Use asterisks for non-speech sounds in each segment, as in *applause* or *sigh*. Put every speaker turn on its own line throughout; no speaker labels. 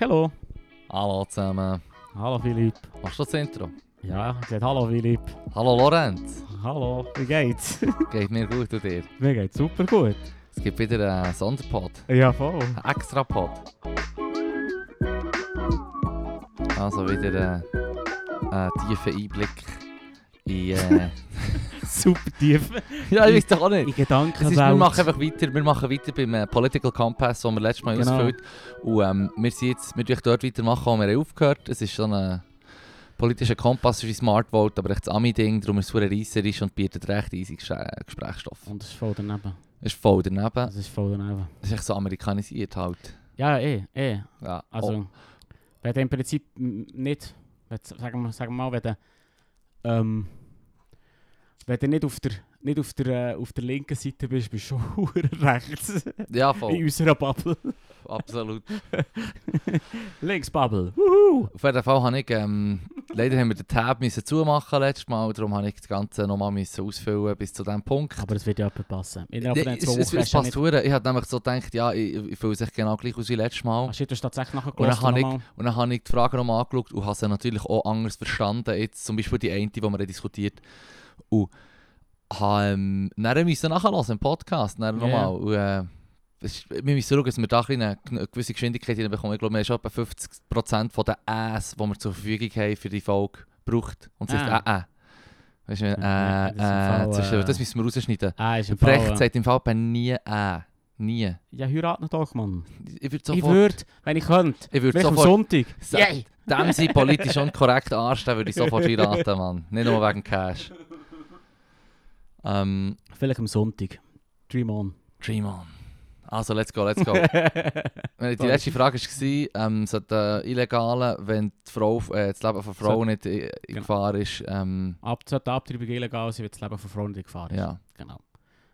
Hallo.
Hallo zusammen.
Hallo Philipp.
Machst du das Intro?
Ja, ich sage Hallo Philipp.
Hallo Lorenz.
Hallo, wie *laughs* geht's?
Geht mir gut und dir?
Mir geht's super gut.
Es gibt wieder einen Sonderpod.
Ja, *laughs* voll.
Einen Extra-Pod. Also wieder äh, einen tiefen Einblick in... Äh,
Super tief.
*laughs* ja, ich weiß doch auch
In
nicht.
Gedanken
Es ist, wir machen einfach weiter, wir machen weiter beim äh, Political Compass, den wir letztes Mal
Genau.
ausgefüllt haben. Und ähm, wir sind jetzt, wir tun dort weitermachen, wo wir haben aufgehört. Es ist so ein äh, politischer Kompass für die Smart Vote, aber echt das Ami-Ding, darum ist es verdammt reisserisch und bietet recht easy Gesch- Gesprächsstoff.
Und es ist voll daneben.
Ist voll daneben.
Es ist voll daneben.
Das ist echt so amerikanisiert halt.
Ja, eh, eh.
Ja.
Also, wenn du im Prinzip m- nicht, wenn du- sagen wir, sagen wir mal, wenn du, ähm, wenn du nicht auf der, nicht auf der, äh, auf der linken Seite bist, bist *laughs* du schon verdammt rechts.
Oh, ja,
In
voll.
unserer Bubble.
Absolut.
Links Bubble.
Auf jeden Fall habe ich, ähm, leider haben wir den Tab müssen zumachen letztes Mal, darum habe ich das Ganze nochmal müssen ausfüllen bis zu diesem Punkt.
Aber es wird ja jemand passen. In der
Nee,
anderen
es,
zwei
es,
Wochen hast
es
du ja nicht...
passt hure. Ich habe nämlich so gedacht, ja, ich, ich fühle sich genau gleich aus wie letztes Mal.
Hast du das tatsächlich
Und
nachgehört?
dann, habe ich, und dann habe ich die Frage nochmal angeschaut und habe sie natürlich auch anders verstanden. Jetzt zum Beispiel die eine, die wir haben diskutiert Und habe ähm, dann müssen nachhören im Podcast. Dann
Ja, ja.
nochmal. Und, äh, es ist- wir müssen schauen, dass wir da ein bisschen eine eine gewisse Geschwindigkeit hineinbekommen. Ich glaube, wir haben schon etwa 50% von den Äs, die wir zur Verfügung haben für die Folge, gebraucht. Und es ist
Ah.
äh, äh. Weißt du,
Ja,
äh,
das ist im
äh,
Fall,
zwischen-
äh,
das müssen wir rausschneiden.
Ah, ist im
Brecht
Fall...
sagt im VP nie äh. Nie.
Ja, heiraten doch, Mann.
Ich würde
Ich
sofort...
würde, wenn ich könnte.
Ich würde
Vielleicht am
sofort...
Sonntag.
Sa- Dem sie politisch unkorrekt Arsch, den würde ich sofort heiraten, Mann. Nicht nur wegen Cash. Ähm,
Vielleicht am Sonntag. Dream on.
dream on. Also, let's
*laughs*
go, *laughs* let's go. Äh, die letzte Frage war, ähm, sollte äh, Illegale, wenn die Frau, äh, das Leben von Frauen nicht in, in
Genau.
Gefahr ist, ähm,
Ab zur Abtreibung illegal sein, wird das Leben von Frauen in Gefahr ist.
ja.
Genau.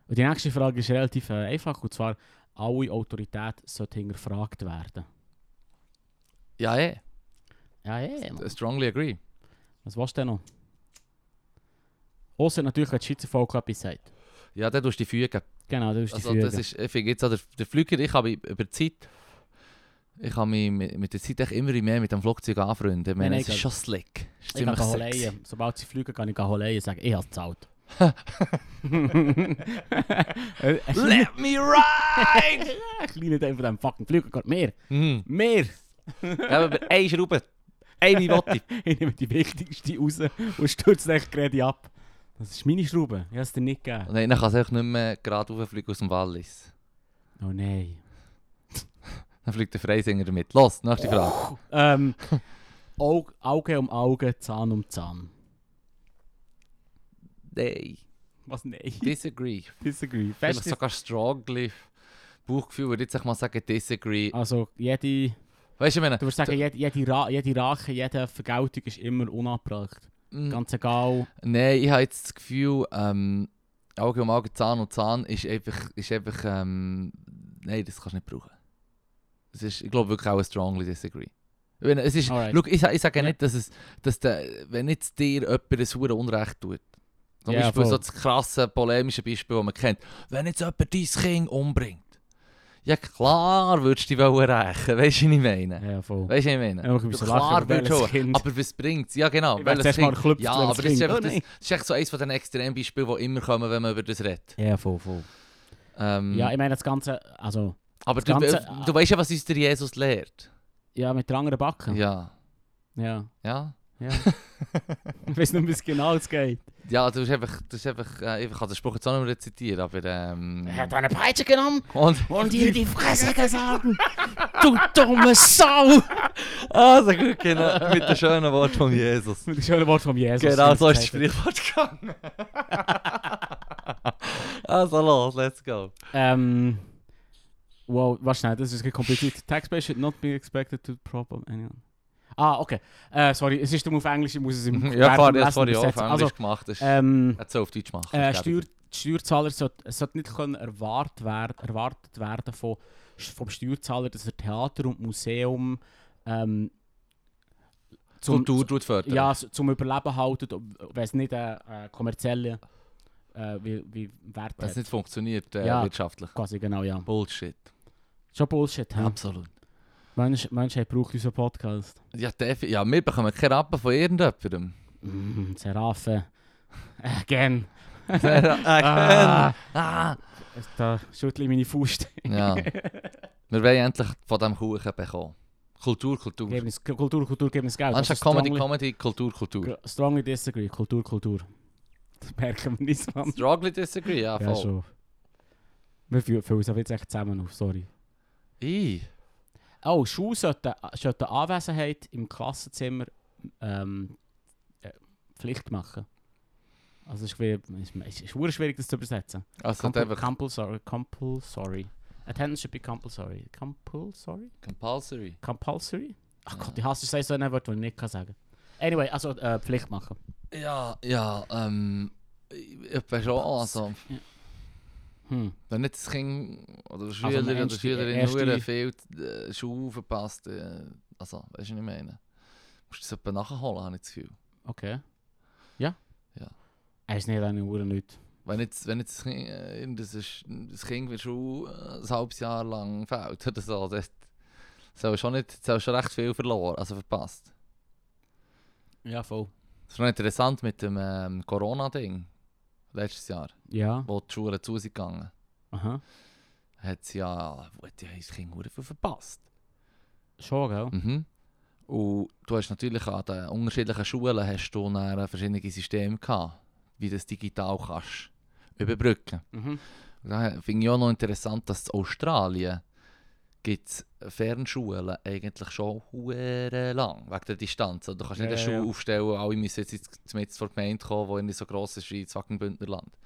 Und die nächste Frage ist relativ äh, einfach. Und zwar, alle Autorität sollte hinterfragt werden.
Ja, eh.
Ja, eh, Mann.
Strongly agree.
Was willst du denn noch? Außer natürlich, wenn die Schweizer Volk etwas sagt.
Ja, dann tust du die Füge.
Genau, das ist Dus die
Also,
Frage.
das ist, ich finde jetzt auch der, der Flüger, ich habe über die Zeit, ich habe mich mit, mit der Zeit echt immer mehr mit dem Flugzeug anfreunden. Ich
Nein,
meine,
nein,
es ist
ich-
schon slick. Es ist
Ich kann
ziemlich
gehen
sexy.
holen. Sobald sie fliegen, kann ich gehen holen und sagen, ich habe gezahlt. *laughs* Ein
*laughs* Let me ride!
*laughs* kleiner Teil von diesem fucking Flieger geht mehr.
hm.
Mehr! *laughs*
Ja, aber eine Schraube. Eine *laughs* Wotte.
Ich nehme die wichtigste raus und stürze dich gerade ab. Das ist meine Schraube. Ich habe es dir nicht gegeben.
Nein, dann kann es einfach nicht mehr gerade rauffliegen aus dem Wallis.
Oh nein.
Dann fliegt der Freisinger damit. Los, nächste Frage. *laughs*
Ähm, Aug- Auge um Auge, Zahn um Zahn.
Nein.
Was? Nein. *laughs*
Disagree.
Disagree.
Vielleicht
Fest
sogar strongly. Bauchgefühl würde ich jetzt auch mal sagen, disagree.
*laughs* also, jede...
Weißt du, ich meine,
Du würdest sagen, jede, jede, Ra jede Rache, jede Vergeltung ist immer unabbracht.
mm,
Ganz egal.
nein, ich habe jetzt das Gefühl, ähm, Auge um Auge, Zahn um Zahn ist einfach, ist einfach ähm, nein, das kannst du nicht brauchen. Es ist, ich glaube wirklich auch ein strongly disagree. Ich meine, es ist,
Alright.
Schau, ich, sa- ich sage ja
Ja.
nicht, dass es, dass der, wenn jetzt dir jemand ein hure Unrecht tut, zum
Ja,
Beispiel
voll.
so das krasse polemische Beispiel, das man kennt, wenn jetzt jemand dein Kind umbringt, ja klar würdest du dich wollen rächen, weißt du, was ich meine?
Ja, voll.
Weißt du, was ich meine?
Ja, ich
Ja,
muss
klar,
lachen, weil
würdest du
es Kind-
schon, aber was bringt's? Ja genau,
Ich werd
welches
zuerst mal
Kind?
geklopft,
Ja, dus
wenn es
aber das ist,
Kind-
einfach,
Oh,
das,
nein.
das ist echt so eines von den Extrembeispielen, die immer kommen, wenn man über das redet.
Ja, voll, voll.
Ähm,
Ja, ich meine, das Ganze, also,
aber du,
das Ganze-
du, du weißt ja, was uns der Jesus lehrt.
ja, mit der anderen Backe.
Ja.
Ja. *laughs*
Ja.
ja. ich weiß nicht, wie es genau es geht.
Ja, du hast einfach, du hast einfach, äh, ich kann den Spruch jetzt auch nicht mehr rezitieren, aber ähm...
eine Peitsche genommen
Und...
*laughs* und dir die Fresse gesagt. du dumme Sau!
Also gut, *laughs* genau, mit den schönen Wort von
*laughs*
Jesus.
Mit dem schönen Wort von Jesus.
Genau, so ist das
es.
Sprichwort gegangen. *laughs* also los, let's go.
Ähm, wow, was schnell, das ist ein kompliziert. Taxpayer should not be expected to problem anyone. Ah, okay. Äh, sorry, es ist um auf Englisch, ich muss es im
*laughs* Ja, fahr,
während dem
das habe ich
Lesen
auch auf
übersetzen.
Englisch
Also,
gemacht, das
ähm,
hätte so auf Deutsch machen.
Äh,
das
Steuer,
gäbe
die Steuerzahler sollte, es sollte nicht können erwartet, werden, erwartet werden von, vom Steuerzahler, dass er Theater ich. und Museum ähm,
ich. Kultur tut fördern.
ja, s- zum Überleben haltet, ob- wenn es nicht äh, äh, kommerzielle äh, wie, wie Wert
Wenn es
hat.
nicht funktioniert äh,
Ja.
wirtschaftlich.
Quasi, genau, ja.
Bullshit.
Schon Bullshit, hä?
Absolut.
Mensch, Menschheit braucht unseren Podcast.
Ja, defi- ja, wir bekommen keine Rappen
*laughs*
von irgendjemandem.
Mm, Serafe. Äh, Again.
ah. ah.
Da schüttle ich meine Faust. *laughs*
Ja. Wir wollen endlich von diesem Kuchen bekommen. Kultur, Kultur.
Geben uns- Kultur, Kultur, geben uns Geld.
Anstatt
Also
Comedy,
strongly-
Comedy, Kultur, Kultur.
gr- Strongly disagree. Kultur, Kultur. *laughs* Das merken wir nicht, Mann.
Strongly disagree, ja,
Ja,
voll.
schon. Wir fü- fühlen uns aber jetzt echt zusammen auf, sorry.
I.
Oh, Schuhe sollten, sollten Anwesenheit im Klassenzimmer ähm, äh, Pflicht machen. Also es ist, wie- es ist, es ist verdammt schwierig, das zu übersetzen.
Also
Compul-
einfach
Compulsory. Compulsory. Attendance should be compulsory. Compulsory?
compulsory.
Compulsory? Ach
Ja.
Gott, ich hasse es, ich so ein Wort, das ich nicht kann sagen Anyway, also äh, Pflicht machen.
Ja, ja, ähm. Etwa schon, also.
Hm.
Wenn nicht das Kind oder Schüler
Also
oder
meinst du die
Schülerin
erste-
nur viel äh, Schuhe verpasst, äh, also, weißt du, was ich meine? Musst du das jemand nachholen, habe ich das Gefühl.
Okay. Ja?
Ja.
Er ist nicht eine Uhr nicht.
Wenn jetzt, wenn jetzt das Kind, äh, das, ist, das kind wird schon äh, ein halbes Jahr lang fehlt oder so, dann soll schon, nicht, soll schon recht viel verloren, also verpasst.
Ja, voll.
Das war noch interessant mit dem ähm, Corona-Ding letztes Jahr,
Ja.
wo die Schulen zu sind gegangen.
Aha.
Hat es ja, hat ja das Kind verdammt viel verpasst.
Schon, gell?
Mhm. Und du hast natürlich an den unterschiedlichen Schulen hast du dann verschiedene Systeme gehabt, wie du das digital kannst überbrücken.
Mhm.
Und daher finde ich auch noch interessant, dass in Australien gibt's Fernschulen eigentlich schon hure lang, wegen der Distanz. Also Du kannst nicht
Ja,
eine
ja,
Schule
ja.
aufstellen, alle müssen jetzt ins- jetzt vor die Gemeinde kommen, die nicht so gross ist wie das fucking Bündnerland.
*laughs*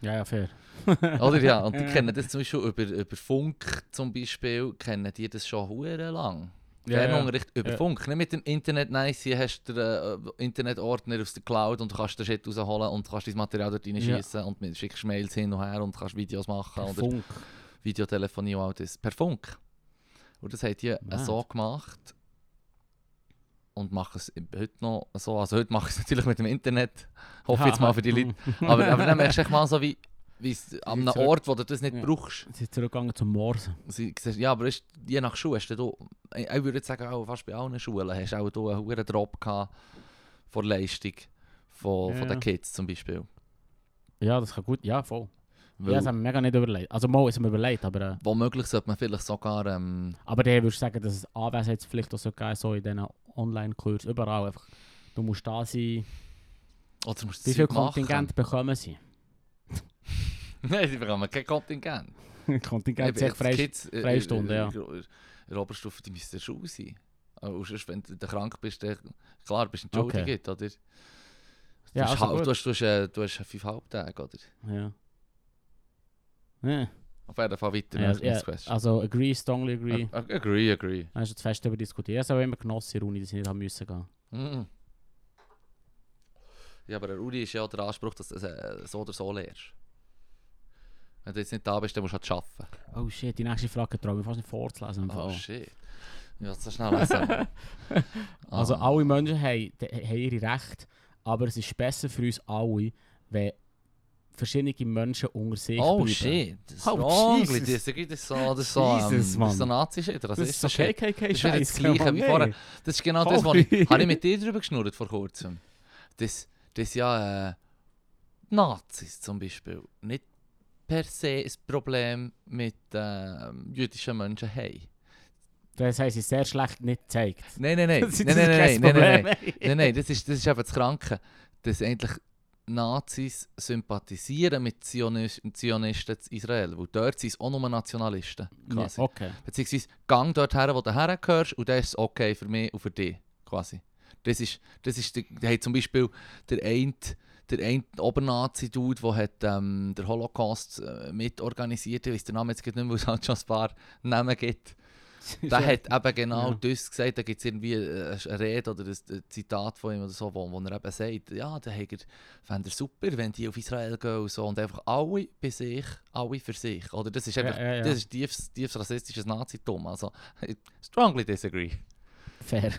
Ja, ja, fair.
Oder ja, und die kennen das zum Beispiel über, über Funk zum Beispiel, kennen die das schon hure lang.
Ja, ja.
Fernunterricht über
Ja.
Funk. Nicht mit dem Internet, nein, sie hast den äh, Internetordner aus der Cloud und du kannst den Shit rausholen und kannst dein Material dort reinschiessen und mit, schickst Mails hin und her und kannst Videos machen
Der
oder
Funk.
Videotelefonie und all das. Per Funk. Und das haben die äh,
Mad.
so gemacht und machen es heute noch so. Also heute machen sie es *laughs* natürlich mit dem Internet. Hoffe ich jetzt mal für
*laughs*
die Leute. Aber, aber dann merkst du echt mal so, wie, wie es an einem
zurück-
Ort, wo du das nicht
Ja.
brauchst.
Sie sind zurückgegangen zum Morsen.
Sie gesagt, ja, aber ist, je nach Schule hast du da- ich, ich würde jetzt sagen, auch fast bei allen Schulen hast du auch da einen hohen Drop gehabt von Leistung von,
Ja,
von den
ja.
Kids zum Beispiel.
Ja, das kann gut. Ja, voll.
Weil,
Ja, das haben wir mega nicht überlegt. Also mal ist mir überlegt, aber... Äh,
womöglich sollte man vielleicht sogar, ähm,
aber der würdest du sagen, dass es Anwesenheitspflicht auch so geil so in diesen Online-Kursen, überall einfach. Du musst da sein.
oder musst du
Wie viel
das Zeug machen.
Kontingent bekommen sie? *laughs*
*laughs* Nein, sie bekommen kein Kontingent.
Kontingent
Eben,
ist echt
die
frei.
Kids, äh,
Freistunde,
in-
ja.
In in der Oberstufe, die müssen in der Schule sein. Also, sonst, wenn du dann krank bist, dann, klar, bist du
Okay.
entschuldigt, oder? Du,
Ja,
hast,
also
halb-
gut.
du, hast, du, hast, äh, du hast fünf Halbtage, oder?
Ja. Ja,
Auf jeden Fall weiter.
ja,
next-
ja,
next question.
also agree, strongly agree.
Ag- ag- Agree, agree.
Dann hast du das fest darüber diskutiert. Es habe immer genossen in der Uni, dass ich nicht haben müssen gehen.
Mhm. Ja, aber der Uri ist ja auch der Anspruch, dass du es äh, so oder so lehrst. Wenn du jetzt nicht da bist, dann musst du halt arbeiten.
Oh shit, die nächste Frage traue ich mir fast nicht vorzulesen. im
Oh,
Fall.
shit. Ja, so
*laughs*
schnell Ah. lesen.
Also
Ah.
alle Menschen haben, de- haben ihre Rechte, aber es ist besser für uns alle, wenn verschiedene Menschen unter sich
Oh
bleiben.
shit.
Oh,
Strongly
Jesus.
disagree. Das ist so, das ist so, ähm,
Jesus,
das ist so
Mann.
Nazi-Shit.
Das, ist
Rassismus-Shit.
so Oh, KKK
Das ist wieder das
Scheiße,
Gleiche
Mann,
wie
nee.
vorher. Das ist genau das, was
Sorry. *laughs*
ich... Habe ich mit dir drüber geschnurrt vor kurzem? Das, das ja... Äh, Nazis zum Beispiel nicht per se ein Problem mit ähm, jüdischen Menschen haben.
Das haben sie sehr schlecht nicht gezeigt.
Nein, nein, nein.
*laughs* Das ist
nein, nein, nein,
kein
nein, nein, nein.
Problem.
nein, nein, das ist, das ist eben das Kranke. Dass eigentlich Nazis sympathisieren mit Zionis- Zionisten in Israel. Weil dort sind es auch nur Nationalisten.
*laughs* Ja,
Quasi.
okay.
Beziehungsweise gang dort her, wo du hergehörst und dann ist es okay für mich und für dich. Quasi. Das ist, das ist der, der hat zum Beispiel der eine, der eine Obernazi-Dude, der hat, ähm, den Holocaust äh, mitorganisiert, ich weiß den Namen jetzt gerade nicht mehr, weil es halt schon ein paar Namen gibt. Der hat eben genau
Ja.
das gesagt, da gibt es irgendwie äh, eine Rede oder ein ein Zitat von ihm oder so, wo, wo er eben sagt, ja, da habt ihr- fände ihr super, wenn die auf Israel gehen und so und einfach alle bei sich, alle für sich, oder? Das ist
Ja,
einfach,
ja, ja.
das ist tiefst, tiefst rassistisches Nazitum, also I strongly disagree.
Fair.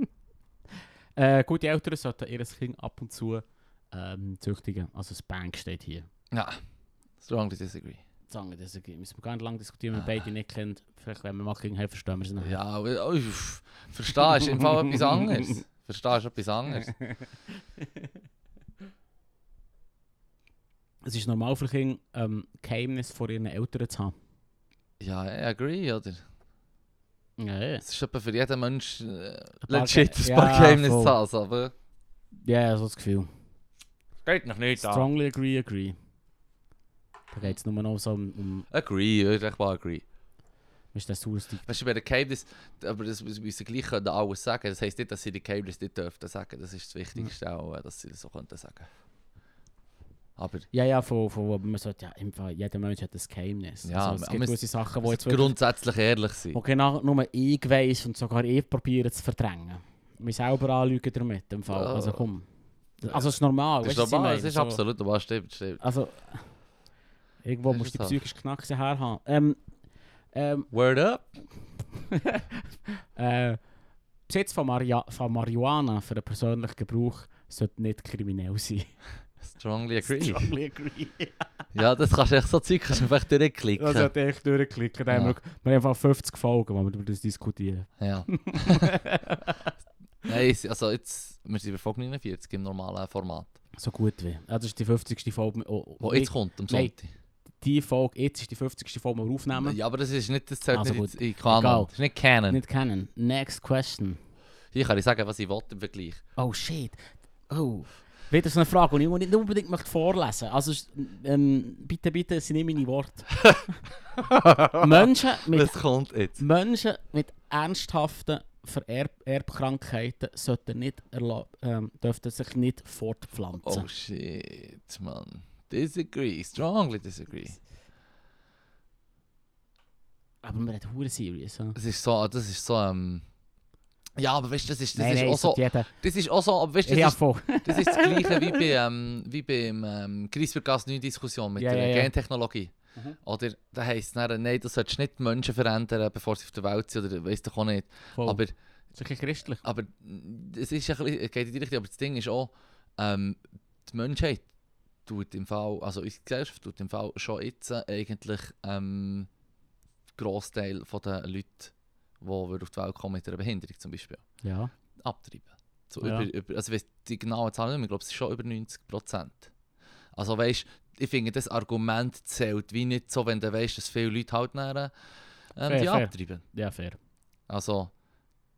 *laughs* äh, gute Eltern sollten ihr Kind ab und zu ähm, züchtigen. Also das Bank steht hier.
Ja, strongly disagree. Ah.
Zange, das müssen wir gar nicht lange diskutieren, wenn wir beide nicht kennen. Ver- vielleicht, wenn wir mal Kinder haben, verstehen wir es nicht.
Ja, aber, oh, uff. verstehen ist im Fall etwas anderes. Verstehen ist etwas anderes.
Es ist normal für Kinder, ähm, Geheimnis vor ihren Eltern zu haben.
Ja, I agree, oder?
Ja, ja.
Es ist etwa für jeden Mensch äh,
paar
legit
Ge-
ein paar
Ja,
Geheimnisse
voll.
zu haben, aber...
Ja, so das Gefühl.
Geht noch nicht
Strongly agree, agree. Da geht es nur noch so um, um
Agree, ja, ich echt mal agree.
ist der Sauerstieg.
Weißt du, bei den Geheimnissen, aber das müssen wir gleich können alles sagen. Das heisst nicht, dass sie die Geheimnisse nicht dürfen sagen. Das ist das Wichtigste auch, äh, dass sie das so können sagen. Aber
Ja, ja, von, von, aber man sollte ja, im Fall, jeder Mensch hat ein Geheimnis.
Ja,
also, es
aber
gibt
es-
gewisse Sachen, die
es
jetzt wirklich,
grundsätzlich ehrlich sein.
wo genau nur ich weiss und sogar ich probiere zu verdrängen. Mich selber anlügen damit, im Fall.
Ja.
Also komm. Also es ist normal,
Das ist
weisst du, was ich
normal,
meine?
es ist
So-
absolut normal, stimmt, stimmt.
Also, irgendwo
Das
musst
ist
du die
so.
psychische Knackse herhaben. Ähm, ähm,
Word up!
äh, Besitz von, Maria von Marihuana für den persönlichen Gebrauch sollte nicht kriminell sein. *laughs*
Strongly agree.
Strongly agree.
*laughs* ja, das kannst du echt so Zeug, kannst du einfach durchklicken.
Das sollte echt durchklicken. Da haben
Ja.
Wir wir haben einfach 50 Folgen, wo wir über das diskutieren. *laughs*
Ja. Nein, es- also jetzt, wir sind bei Folge 49 im normalen Format.
So gut wie. Ja, das ist die 50. Folge. Oh, oh,
Wo jetzt kommt, am
Nein.
Sonntag.
Die Folge, jetzt ist die 50. Folge, die wir aufnehmen.
Ja, aber das ist nicht, das zählt
Also
nicht
gut.
in Kanon.
Egal.
Das ist nicht Canon.
Nicht kennen. Next question.
Hier kann ich sagen, was ich will im Vergleich.
Oh shit. Oh. Wieder so eine Frage, die ich nicht unbedingt möchte vorlesen möchte. Also, ähm, bitte, bitte, es sind nicht meine
*laughs*
Worte. Menschen mit,
Was kommt jetzt?
Menschen mit ernsthaften Vererb Erbkrankheiten sollten nicht erla- ähm, dürften sich nicht fortpflanzen.
Oh shit, man. Disagree, strongly disagree.
Aber man hat hure serious. Ja.
Das ist so, das ist so, ähm... Ja, aber weißt du, das ist, das
Nein,
ist
nein,
auch
es sollte
so,
jeder...
das ist auch so, aber weißt du,
Ja,
das, ist,
voll.
das ist das gleiche wie bei, ähm, wie beim ähm, CRISPR-Cas9-Diskussion mit
Ja,
der
ja, ja.
Gentechnologie.
Mhm.
Oder, da heisst es dann, nein, du solltest nicht die Menschen verändern, bevor sie auf der Welt sind, oder weißt du auch nicht.
voll.
Aber
Das ist ein bisschen christlich.
Aber es ist ein bisschen, es geht in die Richtung, aber das Ding ist auch, ähm, die Menschheit tut im Fall, also unsere Gesellschaft tut im Fall schon jetzt eigentlich ähm, Großteil von den Leuten, die würden auf die Welt kommen mit einer Behinderung zum Beispiel,
Ja.
abtreiben. So
Ja.
über, über, also ich weiss die genaue Zahl nicht mehr, ich glaube es ist schon über 90 Prozent. Also weißt, ich finde das Argument zählt wie nicht so, wenn du weißt, dass viele Leute halt näher ähm,
Fair,
die
fair.
abtreiben.
Ja, fair.
Also,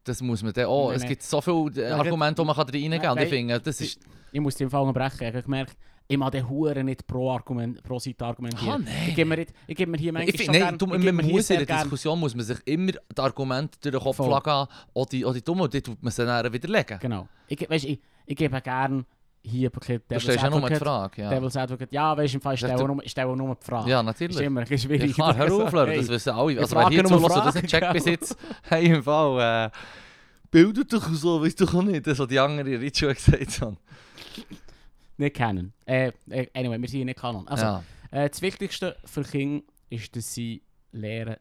das muss man dann auch.
Nein,
es
nein.
gibt so viele äh,
Nein,
Argumente, die man kann da reingeben
Nein,
kann. Und ich
nein.
finde, das ist.
Ich muss den Fall unterbrechen. Ich habe gemerkt, ich mag den Huren nicht pro, Argument, pro Seite argumentieren.
Ah, nein.
Ich gebe mir, nicht- ich gebe mir hier manchmal
Ich
schon
finde, nein,
gern-
du,
ich gebe
man
mir hier
muss in
sehr
der
gern-
Diskussion muss man sich immer die Argumente durch den Kopf
Voll.
schlagen, auch die, auch die dummen, und die tut man sie dann widerlegen.
Genau. Ich, ge- weisst, ich, ich gebe gerne hier ein bisschen
Du
Devil's
stellst ja nur die
Advocate.
Frage. Ja,
Devil's Advocate. Ja, weißt du, im Fall, ich
Das ist
stelle nur, ich stelle nur die Frage.
ja
ist
natürlich.
immer ein bisschen
Ja,
schwierig. *laughs*
klar, hör auf,
Also,
Leute,
hey,
das wissen alle. Also, wer
frage
hier
nur
zulässt und das
Fragen,
nicht checkt bis
gell?
jetzt, *laughs* hey, im Fall, äh, bildet doch so, weißt du auch nicht. Das, was die anderen in Ritual gesagt haben.
Nicht kennen. Äh, äh, anyway, wir sind hier nicht Kanon. Also,
ja.
äh, das Wichtigste für Kinder ist, dass sie lernen,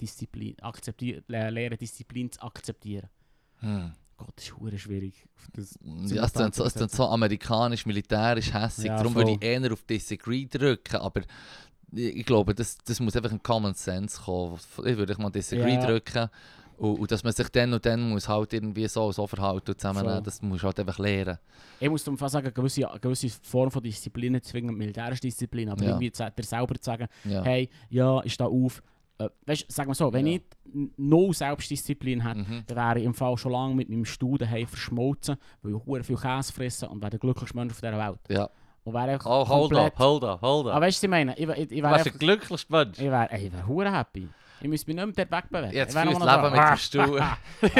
Disziplin, akzeptieren, äh, lernen, Disziplin zu akzeptieren.
Hm.
Gott, das ist hure schwierig. Auf das
Ja, es klingt so, es klingt so amerikanisch, militärisch, hässig.
Ja,
Darum würde ich
voll.
eher auf Disagree drücken. Aber ich ich glaube, das, das muss einfach ein Common Sense kommen. Ich würde ich mal Disagree
Ja.
drücken. Und, und dass man sich dann und dann muss halt irgendwie so und so verhalten und zusammennehmen.
Voll.
Das musst du halt einfach lernen.
Ich muss darum fast sagen, gewisse, gewisse Form von Disziplin, nicht zwingend militärische Disziplin, aber
Ja.
irgendwie zu- dir selber zu sagen,
Ja.
hey, ja, ich stehe auf. Äh, weißt du, sag mal so, wenn
Ja.
ich n- null Selbstdisziplin hätte,
Mhm.
dann wäre ich im Fall schon lange mit meinem Stuhl daheim verschmolzen, weil ich hure viel Käse fresse und wäre der glücklichste Mensch auf dieser Welt.
ja.
Und wäre einfach
Oh, hold
komplett...
up, hold up, hold
Aber
up.
weißt du, was ich meine? Ich, wär- ich, ich
Du
wäre
wärst
einfach...
ein glücklicher Mensch.
Ich wäre ich wär hure happy. Ich müsste mich nicht mehr dort wegbewegen.
Jetzt
Ich wär
fürs
nur noch
Leben
so,
mit dem Stuhl.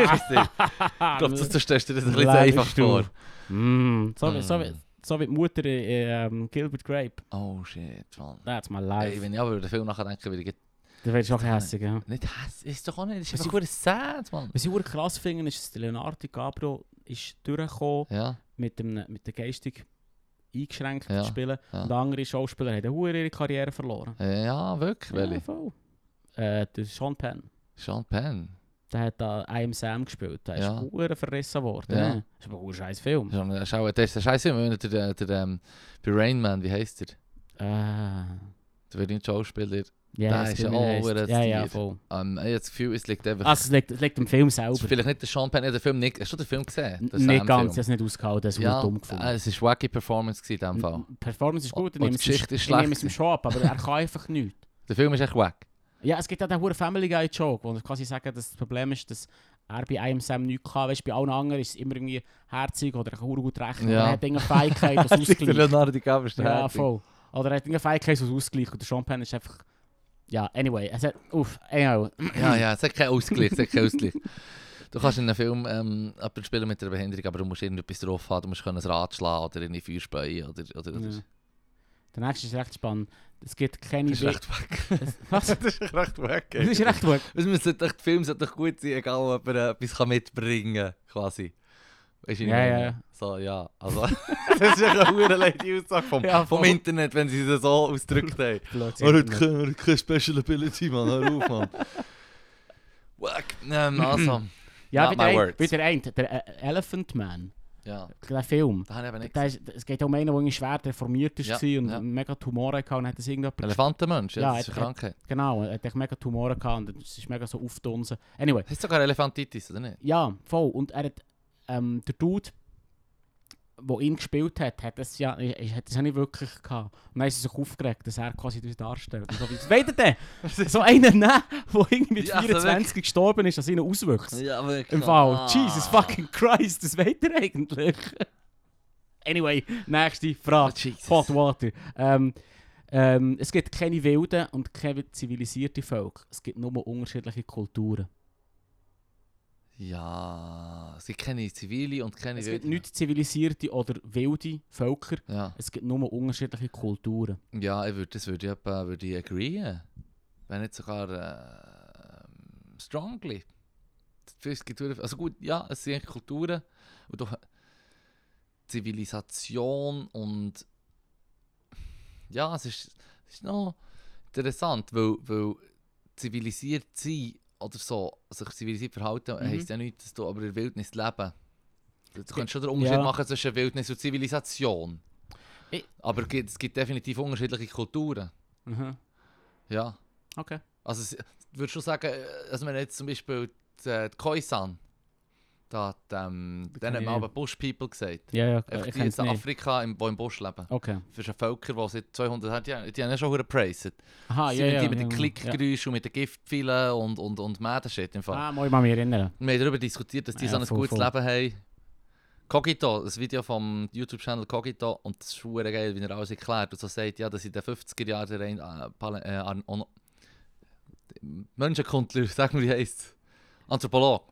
Ich weiß
*laughs*
nicht. Ich glaube, das- du stellst dir das ein bisschen zu
Leben
einfach
ist Stuhl.
vor.
Ah, Mm, so, wie- so, wie-
Mm.
so wie die Mutter in ähm, Gilbert Grape.
Oh shit, man.
That's my
Ey,
life.
wenn ich aber über den Film nachdenke, würde ich
Da wärst du auch hässig, ja.
Nicht hässlich, ist doch auch nicht. Das
Was
ist
ich-
einfach nur sad, Mann.
Was ich auch krass finde, ist, dass der Leonardo DiCaprio ist durchgekommen
Ja,
mit dem, mit der geistig eingeschränkt
Ja,
zu spielen.
ja.
Und andere Schauspieler haben hure ihre Karriere verloren.
ja wirklich.
Ja,
Welche?
voll. Äh, der Sean Penn.
Sean Penn.
Der hat da I Am Sam gespielt. Der
Ja.
ist hure verrissen worden.
Ja.
ne? Das ist aber ein scheiß Film.
Sean- äh, Schau, das ist der Scheiße, wenn der, der, der ähm, bei Rain Man, wie heißt der?
Äh,
Der wird nicht Schauspieler.
Ja,
Da ist ja
Criminalist.
auch ein
Ja, ja, Ah,
Tier.
voll.
Ähm, ich habe das Gefühl, es liegt einfach.
Also, es liegt, es liegt am Film
es
selber.
ist vielleicht nicht der Sean Penn, ich habe den Film nicht. Hast du den Film gesehen? Den
Nicht
Sam-Film?
ganz, ich habe es nicht ausgehalten, das
Ja,
wurde dumm gefunden.
äh, es war wacky Performance gewesen in diesem Fall.
Performance ist gut, ich
Und die
nehme es ihm-
Geschichte ist
ich nehme es
schlecht.
ihm schon ab, aber er kann einfach nichts.
Der Film ist echt wack.
Ja, es gibt ja den hohen Family Guy Joke, wo ich quasi sagen, dass das Problem ist, dass er bei einem Sam nichts kann. Weißt, bei allen anderen ist es immer irgendwie herzig oder er kann verdammt gut rechnen.
Ja.
Oder er hat irgendeine
*laughs*
Fähigkeit, was
Der
ausgleicht.
Leonardo DiCaprio ist der
ja,
Herzig.
voll. Oder er hat irgendeine Fähigkeit, was ausgleicht. Und der Sean Penn ist einfach... Ja, anyway. Es hat... Uff, anyhow.
Ja, ja, es hat keinen Ausgleich, es hat keinen Ausgleich. Du kannst in einem Film ähm, jemanden spielen mit einer Behinderung, aber du musst irgendetwas drauf haben, du musst können ein Rad schlagen oder in die Feuer speien oder... oder, oder.
Ja. Der nächste ist recht spannend. Es gibt keine...
Das ist
Wi-
recht wack.
Es- *laughs* Was? Das
ist echt recht wack. *laughs*
ist recht gut.
Es müssen doch, die Filme sollten doch gut sein, egal ob er äh, etwas kann mitbringen kann, quasi. Weißt du, ich
Ja,
meine?
ja.
So, ja.
*laughs*
Also, das ist echt eine verdammt leide Aussage vom,
Ja,
vom
voll.
Internet, wenn sie sie so ausgedrückt haben.
*laughs* Blödsinn.
Er hat keine, er hat keine Special Ability, Mann. Hör auf, Mann. *laughs* Wack. Ähm, also.
Ja,
Not
wie
my
der, ein,
words.
wie der, ein, der äh, Elephant Man.
Ja,
Der Film.
da habe ich eben nicht
Da ist, es geht um einen, der irgendwie schwer deformiert
Ja,
war und
ja.
mega Tumore hatte und hat das irgendjemand...
Elefantenmensch, ja,
Ja,
das ist
hat-
eine Krankheit.
Genau, er hat echt mega Tumore gehabt und es ist mega so aufdunsen. Anyway,
Hast du sogar Elefantitis, oder nicht?
ja, voll. Und er hat, ähm, der Dude, der ihn gespielt hat, hat das ja, i- i- hat das ja nicht wirklich gehabt. Und dann ist er sich aufgeregt, dass er quasi das darstellt. Und so, wie- Weisst du denn?
*laughs*
So einer nehmen, der irgendwie mit
Ja, also
24 gestorben ist, an seinen Auswüchsen.
Ja, wirklich.
Im Fall, Jesus fucking Christ, das weht er eigentlich. Anyway, nächste Frage.
Oh, Jesus.
Hot Water. Ähm, ähm, es gibt keine wilden und keine zivilisierte Völker. Es gibt nur unterschiedliche Kulturen.
Ja, es gibt keine Zivile und keine
es gibt
Wilde.
nicht zivilisierte oder wilde Völker.
Ja,
Es gibt nur unterschiedliche Kulturen.
ja ich würd, das würde ich, etwa- würde ich agreeen. Wenn nicht sogar äh, ähm, strongly. Es gibt wirklich- Also gut, ja, es sind eigentlich Kulturen. Und doch Zivilisation und. Ja, es ist, es ist noch interessant, weil, weil zivilisiert sein oder so, sich zivilisiert verhalten,
Mhm.
heisst ja nicht, dass du aber in der Wildnis leben. Du, du
gibt-
kannst schon den Unterschied
ja.
machen zwischen Wildnis und Zivilisation.
Ich-
aber es gibt, es gibt definitiv unterschiedliche Kulturen. Mhm. Ja.
Okay.
Also, es- ich würde schon sagen, äh, also wenn jetzt zum Beispiel die, äh, die Khoisan, da, die, ähm, denen haben wir
ich-
aber Bush People gesagt.
Ja, ja,
Einfach
ich
die
kenn's
in
nicht.
Afrika, im, die im Busch leben.
Okay.
Das ist ein Völker, die seit 200 Jahren, die, haben- die haben ja schon verdammt gepraised.
Aha,
Sie
Ah, ja,
sind
ja,
die mit
ja,
den
ja.
Klickgeräuschen und mit den Giftpfeilen und, und, und Mäden-Shit im Fall.
Ah, muss ich mal mich erinnern.
Wir haben darüber diskutiert, dass die
Ja,
so ein
voll,
gutes
voll.
Leben haben. Cogito, das Video vom YouTube-Channel Cogito, und das ist verdammt geil, wie er alles erklärt und so sagt, ja, dass in den 50er Jahren der ein, äh, Pale- äh, An- An- Menschenkundler, *laughs* sagen wir, wie heisst es? Anthropologe,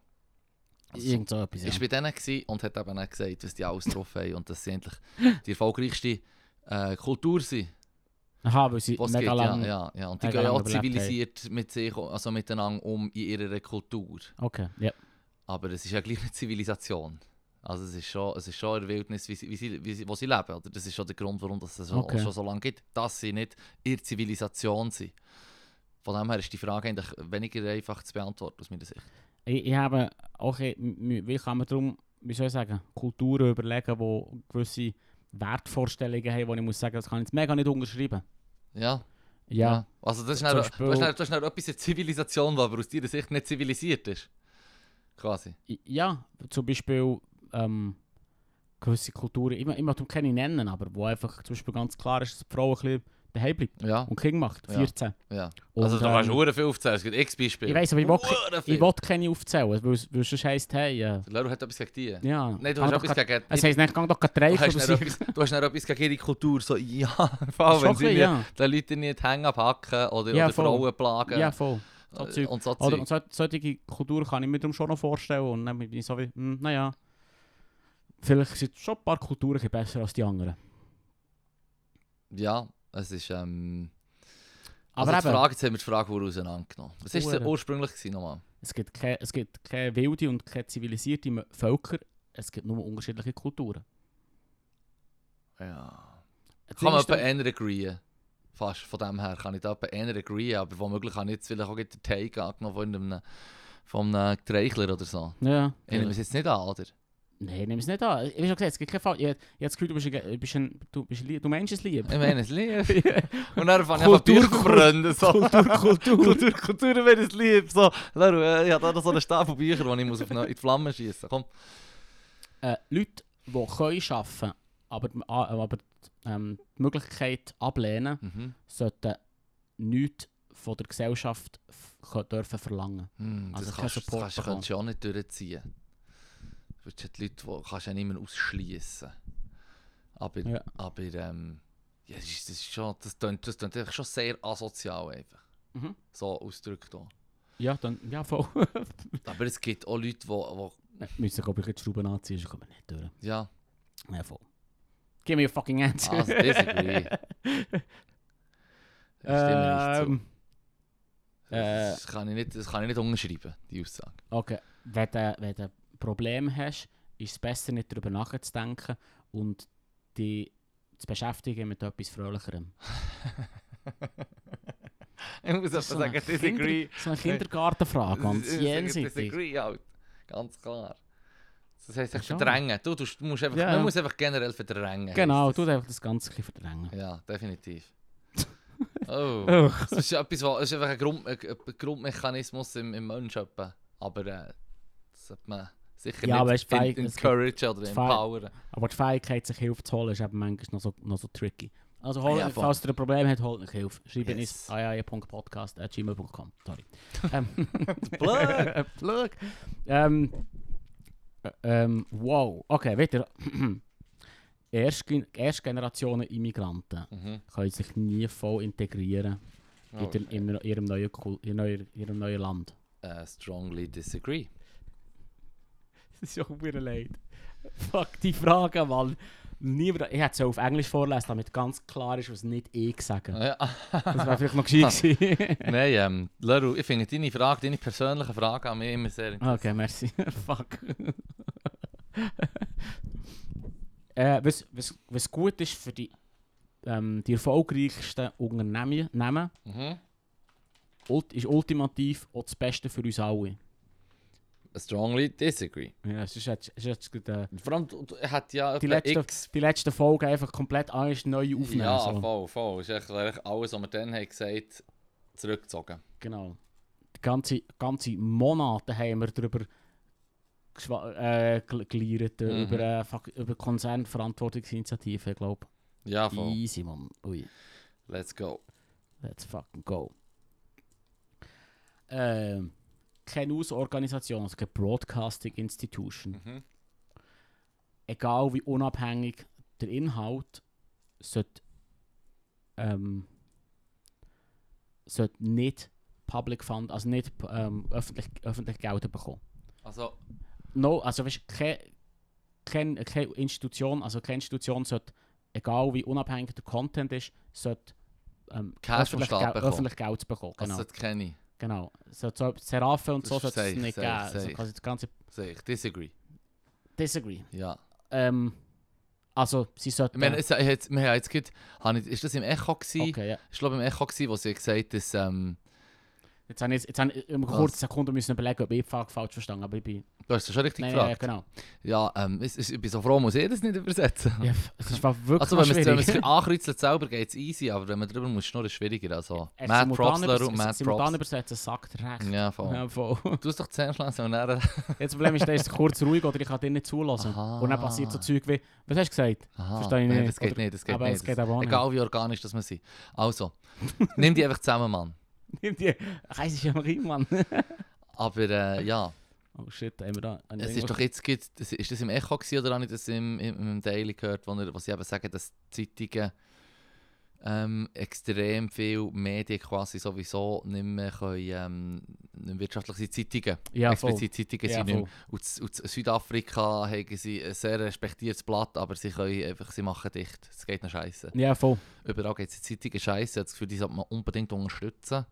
Irgend so etwas. Ja.
ist bei denen gewesen und hat eben auch gesagt, was die alles drauf haben und dass sie
*laughs*
endlich die erfolgreichste äh, Kultur sind.
Aha, weil sie
Was
mega
geht,
lang.
ja, ja, ja. Und die
mega
gehen ja
lang
auch
überlebt
zivilisiert mit sich, also miteinander um in ihrer Kultur.
Okay, ja.
Aber es ist ja gleich eine Zivilisation. Also es ist schon, es ist schon eine Wildnis, wie sie, wie sie, wie sie, wo sie leben. Oder? Das ist schon der Grund, warum das so,
Okay.
schon so lange gibt, dass sie nicht in der Zivilisation sind. Von dem her ist die Frage eigentlich weniger einfach zu beantworten, aus meiner Sicht.
Ich, ich habe auch, ein- m- wie kann man darum, wie soll ich sagen, Kulturen überlegen, die gewisse Wertvorstellungen haben, wo ich muss sagen, das kann ich jetzt mega nicht unterschreiben.
Ja.
Ja.
Also das ist
Zum
dann, du, hast
Beispiel-
dann, du hast dann etwas in der Zivilisation, was aber aus deiner Sicht nicht zivilisiert ist. Quasi.
I- Ja, zum Beispiel ähm, gewisse Kulturen, ich, ich möchte keine nennen, aber wo einfach zum Beispiel ganz klar ist, dass die Frau ein bisschen daheim bleibt
Ja,
und Kind macht,
Ja.
14.
ja.
Und,
also da kannst
ähm,
du verdammt viel aufzählen, es gibt x Beispiele.
Ich weiss, aber ich will-
Verdammt viel.
ich will keine aufzählen, weil, weil sonst heisst, hey, äh,
Der Laro hat etwas gegen die.
ja.
Nein, du
kann also
hast
doch
etwas
grad-
gegen
Es heisst nicht, geh doch grad
Du
reichen
hast,
oder
dann
so. *laughs*
etwas, du hast dann etwas gegen ihre Kultur, so *laughs* ja, voll,
Schon
wenn sie
ein bisschen,
mir
ja.
den Leuten nicht hängen abhacken oder,
Ja,
oder
voll.
Frauen plagen
Ja, voll. So
äh,
Zeug.
und so
Oder
Zeug.
und so, solche Kulturen kann ich mir darum schon noch vorstellen und dann bin ich so wie, hm, naja, vielleicht sind schon ein paar Kulturen ein bisschen besser als die anderen.
Ja, es ist ähm,
Aber
also die
eben,
Frage, jetzt haben wir die Frage wohl auseinandergenommen. Was war
Hure.
denn ursprünglich gewesen, nochmal?
es gibt keine es gibt keine wilde und keine zivilisierte M- Völker, es gibt nur unterschiedliche Kulturen.
Ja.
Das
Kann
Ding
man
ist
bei
dann-
einer agreeen. Fast von dem her kann ich da bei einer agreeen, aber womöglich habe ich jetzt vielleicht auch gleich den Take angenommen von einem, von einem Treichler oder so.
Ja,
Ich nehme es jetzt nicht an, oder?
Nein, nimm es nicht an. Ich habe schon gesagt, es gibt keinen Fall. Ich, ich habe das Gefühl, du bist, ein, Ge- bist, ein, du, bist ein, Lie- du meinst es
*laughs*
lieb.
Ich meine,
*laughs*
es lieb. Und dann fange ich an,
Kultur-
durchzubrennen. So.
Kultur, Kultur.
Kultur, Kultur, wenn ich es lieb. So, Laru, äh, ich habe da so einen Stapel Bücher, den ich muss auf eine, in die Flammen schießen Komm.
äh, Leute, die können arbeiten, aber, die- ah, aber ähm, die Möglichkeit ablehnen,
Mhm.
sollten nichts von der Gesellschaft f- k- dürfen verlangen.
Hm,
Also
das
kein
kannst, das
Support
kannst,
bekommen.
kannst du ja auch nicht durchziehen. Du willst ja die Leute, die kannst du ja nicht mehr ausschliessen. Aber,
Ja.
aber ähm, ja, das, ist, das, ist schon, das, klingt, das klingt eigentlich schon sehr asozial einfach.
Mhm.
So ausgedrückt auch.
Ja, dann, ja, *laughs* voll.
Aber es gibt auch Leute, die, die
Wir müssen, glaube ich, jetzt die Schrauben anziehen, sonst kommen wir nicht durch.
ja,
*laughs* Ja, voll. Give me a fucking answer.
also disagree. Da stimme ich
ähm,
nicht zu.
äh,
das, kann ich nicht, das kann ich nicht unterschreiben, die Aussage.
okay, wenn du, wenn du ein Problem hast, ist es besser, nicht darüber nachzudenken und dich zu beschäftigen mit etwas Fröhlicherem.
ich muss einfach
Das ist
sagen,
eine
disagree.
Kinder, so eine Kindergartenfrage,
Ich
ganz
sage
jenseitig.
Disagree, halt. Ganz klar. Das heisst, echt
Schon.
verdrängen. Du, du musst einfach,
Ja, nou,
Man
ja.
muss einfach generell verdrängen.
Genau,
heisst
du einfach das Ganze ein bisschen verdrängen.
es. Ja,
*laughs*
definitiv. oh. *laughs*
Oh.
Das ist etwas, was ist einfach ein, Grund, ein, ein Grundmechanismus im, im Menschen. etwa. Aber äh, das sollte man sicher
Ja, aber es
nicht
ist feig,
en
es gibt-
encouragen oder
feig. *laughs*
empowern.
Aber die Fähigkeit, sich Hilfe zu holen, dus ist eben manchmal noch so, noch so tricky. Also, hol,
Ah, Ja, voll.
falls ihr ein Problem habt, holt euch Hilfe. Schreibt
Yes.
yes. uns aia.podcast.gmail.com.
*laughs*
Sorry. ähm,
Plug.
Plug. Ähm, äh, ähm, wow, okay, *clears throat* weiter. Erstgen- Erstgenerationen Immigranten
Mhm.
können sich nie voll integrieren
Oh,
in, der, in ihrem, neuen, Kul- in neuer- ihrem neuen Land.
äh, strongly disagree.
*laughs* Das ist ja mir leid. Fuck die Fragen, Mann. Niemand, ich hätte es auf Englisch vorlesen, damit ganz klar ist, was nicht ich sage.
Oh, Ja. *laughs*
Das wäre vielleicht noch gescheit gewesen.
Nein, ähm, Leru, ich finde deine Frage, deine persönliche Frage an mich immer sehr interessant.
okay, merci. *laughs* Fuck. äh, was, was, was gut ist für die, ähm, die erfolgreichsten Unternehmen, Unternehmen,
Mhm.
ult- ist ultimativ auch das Beste für uns alle.
Strongly disagree.
Ja, sonst hättest hättest du gerade, äh,
Vor allem, du, du er hat ja
die,
etwa
letzte,
x
die letzte Folge einfach komplett alles neu aufnehmen.
Ja,
so.
voll, voll. Ist echt, eigentlich alles, was wir dann haben gesagt zurückgezogen.
Genau. Die ganze, ganze Monate haben wir darüber geschwa- äh, gel- geliert, äh,
Mhm.
über, äh, fuck- über Konzernverantwortungsinitiativen, glaube
Ja,
ich.
voll.
Easy, man. Ui,
Let's go.
let's fucking go. Ähm, keine Ausorganisation, also keine Broadcasting Institution.
Mhm.
Egal wie unabhängig der Inhalt, sollte, ähm, sollte nicht public fund, also nicht ähm, öffentlich, öffentlich Geld bekommen.
Also,
No, also weißt, keine, keine, keine Institution, also keine Institution sollte, egal wie unabhängig der Content ist, sollte ähm,
Cash vom
öffentlich,
Staat
Geld,
bekommen.
öffentlich Geld bekommen.
das
Genau,
also, kenne ich.
genau. So, so, Serafe und
Das
so
ist
sollte es
safe,
nicht
safe,
geben. Also
safe.
quasi das ganze
Sehe ich. Disagree.
Disagree.
Ja.
Ähm, also sie sollten...
Ich meine, es, ich, jetzt, wir haben jetzt gerade, habe ich, ist das im Echo gewesen?
okay, ja.
Ich glaube, im Echo gewesen, wo sie gesagt hat, dass, ähm,
Jetzt habe ich, jetzt habe ich in einer
Was?
kurzen Sekunde müssen überlegen, ob ich die Frage falsch verstanden habe, aber ich bin...
du hast das schon richtig
Nein, ja,
gefragt.
genau.
Ja, ähm, es, es, ich bin so froh, muss ich das nicht übersetzen.
Ja, f- es ist wirklich
Also,
noch
wenn man es- wenn man es
schwierig.
ein bisschen ankreuzelt selber, geht es easy, aber wenn man drüber muss, schnurren, ist es schwieriger. Also,
Echt
Mad
simultan
Props,
übers-
Leru, Mad
Simultan
Props.
übersetzen, sagt recht.
Ja, voll.
Ja, voll.
Du hast doch zuerst langsam und dann...
Jetzt Problem ist, der ist kurz ruhig oder ich kann dir nicht zulassen.
Aha.
Und dann passiert so Zeug wie, was hast du
*laughs*
gesagt?
Aha,
Verstehe ich
nein,
nicht.
Das geht
Oder-
nicht, das geht
aber
nicht.
es geht aber auch nicht.
Egal wie organisch das wir sind.
*laughs*
Also, nimm die einfach zusammen, Mann.
Nimm die, Reis ist ja noch rein, Mann.
Aber äh, ja,
Oh shit, haben wir da... haben wir
es ist
irgendwas-
doch jetzt, gibt, das, ist das im Echo gewesen, oder habe ich das im, im, im Daily gehört, wo, er, wo sie eben sagen, dass die Zeitungen ähm, extrem viel Medien quasi sowieso nicht mehr können, ähm, nicht mehr wirtschaftlich sind. Zeitungen,
Ja, voll.
explizit Zeitungen
Ja,
sind nicht mehr.
voll.
Und, z- und z- Südafrika haben sie ein sehr respektiertes Blatt, aber sie können einfach, sie machen dicht. Es geht noch scheiße.
Ja, voll.
überall geht es Zeitungen scheiße, das Gefühl, die sollte man unbedingt unterstützen.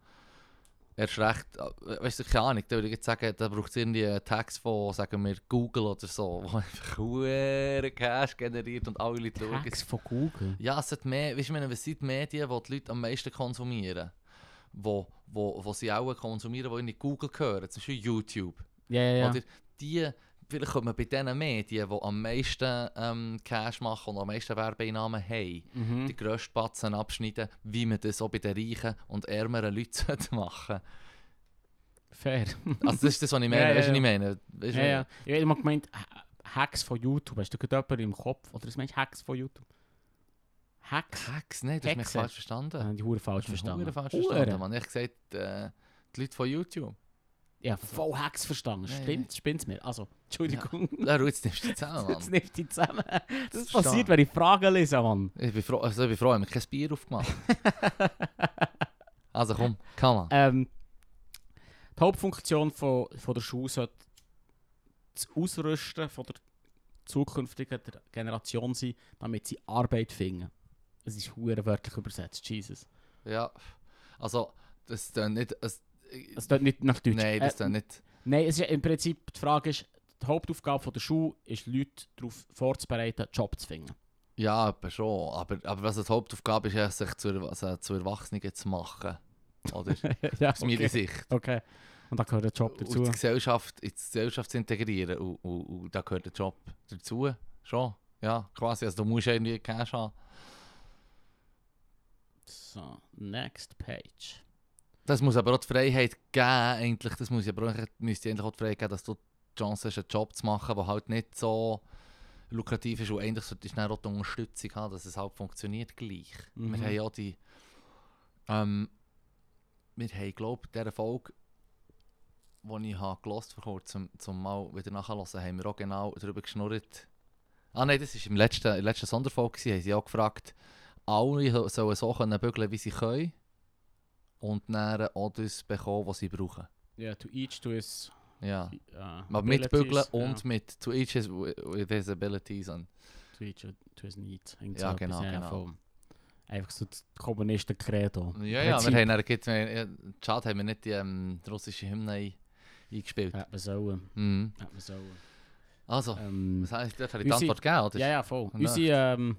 Erst recht, äh, weißt du, keine Ahnung, da würde ich jetzt sagen, da braucht es irgendwie einen Tax von, sagen wir, Google oder so, *laughs* wo einfach huere Cash generiert und alle Leute schauen.
Hacks von Google.
Ja, es hat mehr, weißt du, ich meine, was sind die Medien, die die Leute am meisten konsumieren? Wo, wo, wo sie auch konsumieren, die nicht Google gehören, zum Beispiel YouTube.
Ja, ja, ja.
Oder die, vielleicht kommt man bei diesen Medien, die am meisten ähm, Cash machen und am meisten Werbeeinnahmen haben,
Mhm.
die grössten Batzen abschneiden, wie man das auch bei den reichen und ärmeren Leuten *laughs* sollte machen *laughs*
Fair.
Also das ist das, was ich meine.
Ja, ja,
weißt du,
ja.
was ich meine? Weißt du,
Ja, ja. Ich habe immer gemeint, Ha- Hacks von YouTube. Hast du gerade jemanden im Kopf? Oder das meinst du Hacks von YouTube? Hacks?
Hacks, nein, das hast mich
Hexen.
falsch verstanden.
Das habe ich hure falsch
Das ist
verstanden.
verdammt falsch
Hure.
verstanden, Mann. Ich habe gesagt, äh, die Leute
*laughs*
von YouTube.
Ja, voll Hacks verstanden.
Nein,
Stimmt, spinn's mir. Also, Entschuldigung.
Laru, jetzt nimmst du dich
*laughs*
zusammen,
Jetzt
Mann.
nimmt die zusammen. Das
verstehe.
passiert, wenn ich Fragen lese, Mann.
Ich bin froh, also ich bin froh, ich habe mir kein
*laughs*
Bier aufgemacht. also komm, kann man.
Ähm, die Hauptfunktion von, von der Schule sollte das Ausrüsten von der zukünftigen der Generation sein, damit sie Arbeit finden. Es ist hure wörtlich übersetzt, Jesus.
Ja, also das dann nicht... Das,
Das tut nicht nach Deutsch.
nein, das dann
äh,
nicht...
nein, es ist im Prinzip, die Frage ist, die Hauptaufgabe von der Schule ist, Leute darauf vorzubereiten, einen Job zu
*laughs*
finden.
Ja, eben schon. Aber, aber was die Hauptaufgabe ist, ja, sich zu, Erw- also, zu Erwachsenen zu machen.
*laughs*
Oder? Aus
ja,
meiner
okay.
Sicht.
okay. Und da gehört der Job dazu.
Und die Gesellschaft, in die Gesellschaft zu integrieren. Und, und, und da gehört der Job dazu. Schon. Ja, quasi. Also du musst irgendwie Cash haben.
So, next page.
Das muss aber auch die Freiheit geben, eigentlich. Das muss aber auch, müsste eigentlich auch die Freiheit geben, dass du die Chance hast, einen Job zu machen, der halt nicht so lukrativ ist. Und eigentlich solltest du dann auch die Unterstützung haben, dass es halt funktioniert gleich.
Mhm.
Wir haben ja die... Ähm, wir haben, glaube ich, dieser Folge, die ich habe gehört vor kurzem, zum Mal wieder nachhören, haben wir auch genau darüber geschnurrt. Ah nein, das war im letzten, in der letzten Sonderfolge, gewesen, haben sie auch gefragt, alle sollen so können bügeln, wie sie können. Und dann auch das bekommen, was sie brauchen.
Ja, to each to his.
Ja.
äh,
Aber mit bügeln
abilities,
und
Ja,
mit «To each his, with his abilities». Und
to each to his needs. Irgend
Ja,
so etwas,
genau,
ja,
genau.
voll. Einfach so das Kommunisten-Credo.
ja, ja, wir
Prinzip.
haben dann... gibt- wir- ja, Schade, haben wir nicht die ähm, russische Hymne ein- eingespielt.
Hätte man sollen.
Mhm.
Hätte man sollen.
Also...
Ähm,
Das heißt, dort habe ich die
Unsere-
Antwort gegeben, oder?
ja, ja, voll.
Und
Unsere, ähm,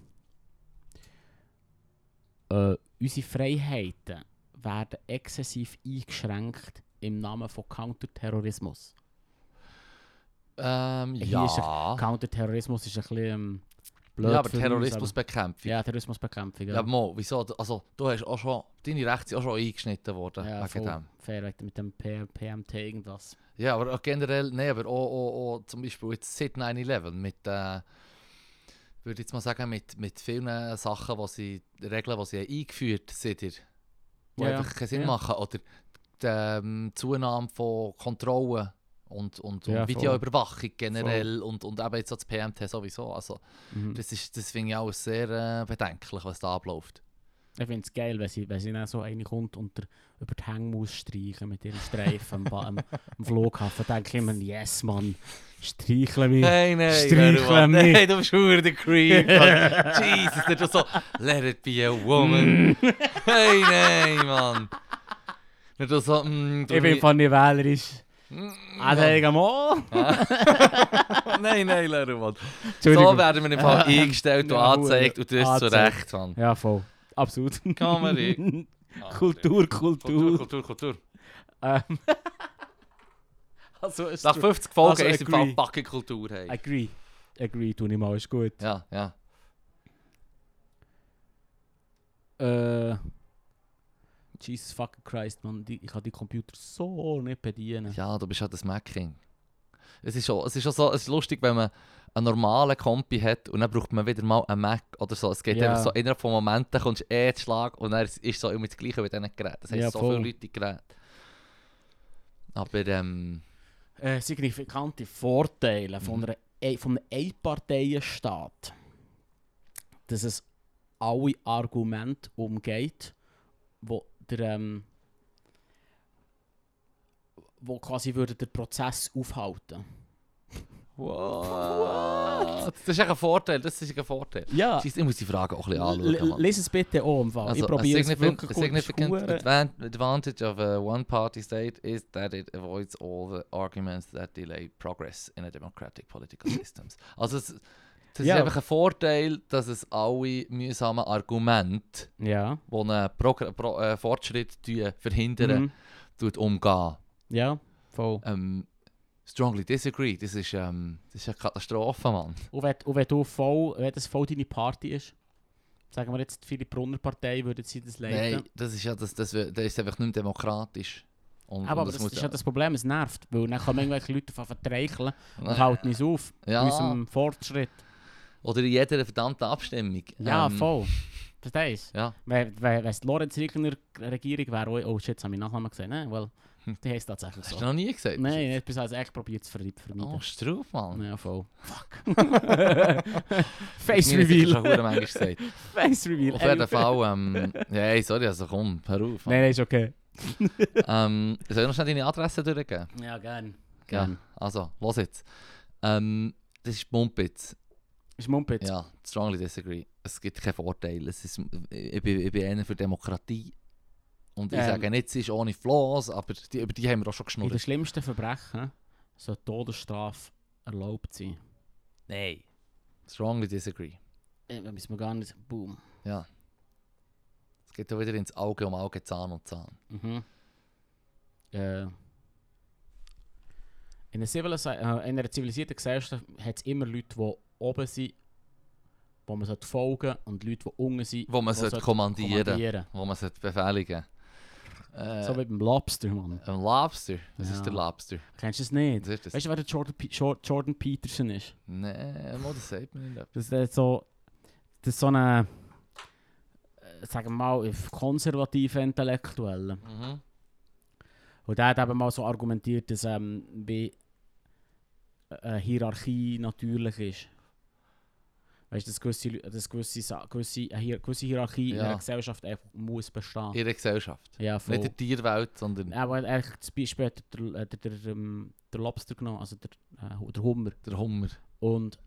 äh, unsere Freiheiten werden exzessiv eingeschränkt im Namen von Counterterrorismus.
Ähm,
Hier
ja.
ist Counterterrorismus ist ein bisschen ähm, blöd.
ja, aber
für uns,
Terrorismusbekämpfung.
aber- Ja, Terrorismusbekämpfung.
Ja, aber Mo, wieso? Du- Also, du hast auch schon, deine Rechte sind auch schon eingeschnitten worden
Ja,
wegen
voll.
dem.
Fair, wegen mit dem P PMT irgendwas.
Ja, aber auch generell, nein, aber auch, auch, auch zum Beispiel jetzt seit 9-11 mit, äh, würde ich jetzt mal sagen, mit, mit vielen Sachen, die sie, Regeln, die sie eingeführt haben, seht ihr, die
Ja, ja.
einfach keinen Sinn
Ja.
machen. Oder die ähm, Zunahme von Kontrollen und, und,
Ja,
und
voll.
Videoüberwachung generell und, und eben jetzt auch das PMT sowieso. Also,
Mhm.
Das, ist, das finde ich auch sehr äh, bedenklich, was da abläuft.
Ich finde es geil, wenn sie, wenn sie dann so eine kommt und der über die Hänge muss streichen mit ihrem Streifen am, Ba- am, am Flughafen. Da denke ich immer, yes, Mann, streichle mich.
Hey,
Streichle
Roman,
mich.
Hey, du bist verdammt der Creep. Mann. Jesus, der tut so, let it be a woman. hey, nein, Mann. Der tut so, mm, du
ich bin von nicht wählerisch.
Mm,
Also,
Mann.
ja. mal.
Ah. *laughs* Nein, nein, Leruman. So
Entschuldigung.
werden wir im Fall eingestellt und
Ja,
angezeigt und das zu
angezeigt.
Recht, Mann.
ja, voll. Absolut. *laughs*
Comedy.
Kultur, Kultur.
Kultur, Kultur, Kultur.
Ähm. also, es
Nach 50 Folgen
Also,
ist im Fall
agree.
fucking Kultur, hey.
Agree. Agree, tu nicht mal, ist gut.
Ja, ja.
Äh. Jesus fucking Christ, Mann, die, ich kann die Computer so nicht bedienen.
Ja, du bist halt das Mac-King. Es ist schon, es ist schon so, es ist lustig, wenn man einen normalen Kompi hat und dann braucht man wieder mal einen Mac oder so. Es geht
Ja.
einfach so, innerhalb von Momenten kommst du eh zu Schlag und dann ist- ist so immer das Gleiche mit diesen Geräten. Das heißt,
Ja,
so
voll.
viele Leute die Geräte. Aber ähm,
Äh, signifikante Vorteile
Mhm.
von, einer, Ei- von einem Einparteienstaat, dass es alle Argumente umgeht, wo der ähm, wo quasi würde den Prozess aufhalten.
what? Das ist echt ein Vorteil, das ist echt ein Vorteil.
Ja,
Scheisse, Ich muss die Frage auch ein bisschen anschauen. Mann.
lies es bitte auch im Fall. ich
Also, a
probiere es
significant,
wirklich
a
gut, es ist
significant
hure-
advan- advantage of a one-party state is that it avoids all the arguments that delay progress in a democratic
*coughs*
political systems. Also es, das
Ja.
ist einfach ein Vorteil, dass es alle mühsamen Argumente,
Ja.
die einen Progr- Pro äh, Fortschritt tun, verhindern,
Mhm.
tut umgehen.
Ja, voll.
Ähm, strongly disagree. Das ist, ähm, das ist eine Katastrophe, Mann.
Und wenn, und wenn du voll, wenn das voll deine Party ist, sagen wir jetzt, viele Brunner Partei würden sie das leiten.
Nein, das ist ja das, das, das ist einfach nicht mehr demokratisch. Und,
Aber,
und
aber das,
muss
ist ja das Problem, es nervt, weil dann kommen irgendwelche Leute davon
*laughs*
vertreicheln und halten uns auf
Ja.
ja. unserem Fortschritt.
Oder in jeder verdammten Abstimmung.
Ja,
Ähm,
voll. Verstehst du?
Ja.
Wenn wenn- wenn es die Lorenz Rigner Regierung wäre, oh, oh shit, jetzt habe ich Nachnamen gesehen. Nein, well, die heisst tatsächlich
Hm. Hast du
so.
noch nie gesagt?
Nein, ich habe es also echt probiert zu verre-
Oh,
vermeiden.
Struf, Mann.
Ja, voll. Fuck.
*laughs* Mir
Face
hat sicher
Reveal. *laughs*
schon verdammt manchmal gesagt.
Face Reveal.
Auf jeden Fall, ähm, hey, sorry, also komm, hör auf.
Nein, nein, ist okay.
Ähm, soll ich noch schnell deine Adresse durchgeben?
Ja, gern. Gern.
Also, los jetzt. Ähm, das ist Mumpitz.
Ist Mumpitz.
Ja, strongly disagree. Es gibt keinen Vorteil. Es ist, ich, bin, ich bin einer für Demokratie. Und ich
Ähm.
sage nicht, sie ist ohne Flaws, aber die, über die haben wir auch
In
schon
den
geschnurrt.
schlimmsten Verbrechen soll die Todesstrafe erlaubt sein.
Nein. Strongly disagree.
Äh, Da müssen wir gar nicht. Boom.
Es geht auch wieder ins Auge um Auge, Zahn um Zahn.
Mhm. Äh, in, einer Zivilis- äh, in einer zivilisierten Gesellschaft hat es immer Leute, die oben sind, wo man sollte folgen und Leute, die unten sind,
Wo man
die
sollte
sollte
kommandieren,
kommandieren.
wo man sollte befehligen. Äh,
So wie beim Lobster, Mann.
ein Lobster. Das
Ja.
ist der Lobster.
Kennst du Äh. das nicht?
Das ist das.
Weißt du, wer der Jordan, Pe- Jor- Jordan Peterson ist?
Nein, Mo, das sagt mir nicht etwas.
Das ist so, das ist so ein, äh, sagen wir mal, konservativer Intellektueller.
Mhm.
Und der hat eben mal so argumentiert, dass ähm, wie äh, eine Hierarchie natürlich ist. Weißt du, dass, gewisse, Leu- dass gewisse, Sa- gewisse, eine Hier- gewisse Hierarchie in
Ja.
einer Gesellschaft einfach muss bestehen.
In der Gesellschaft.
Ja, voll. Äh,
Nicht in der Tierwelt, sondern
Aber er hat eigentlich zum Beispiel hat er der, der, der, ähm, der Lobster genommen, also der, äh, Hu- der Hummer.
der Hummer.
Und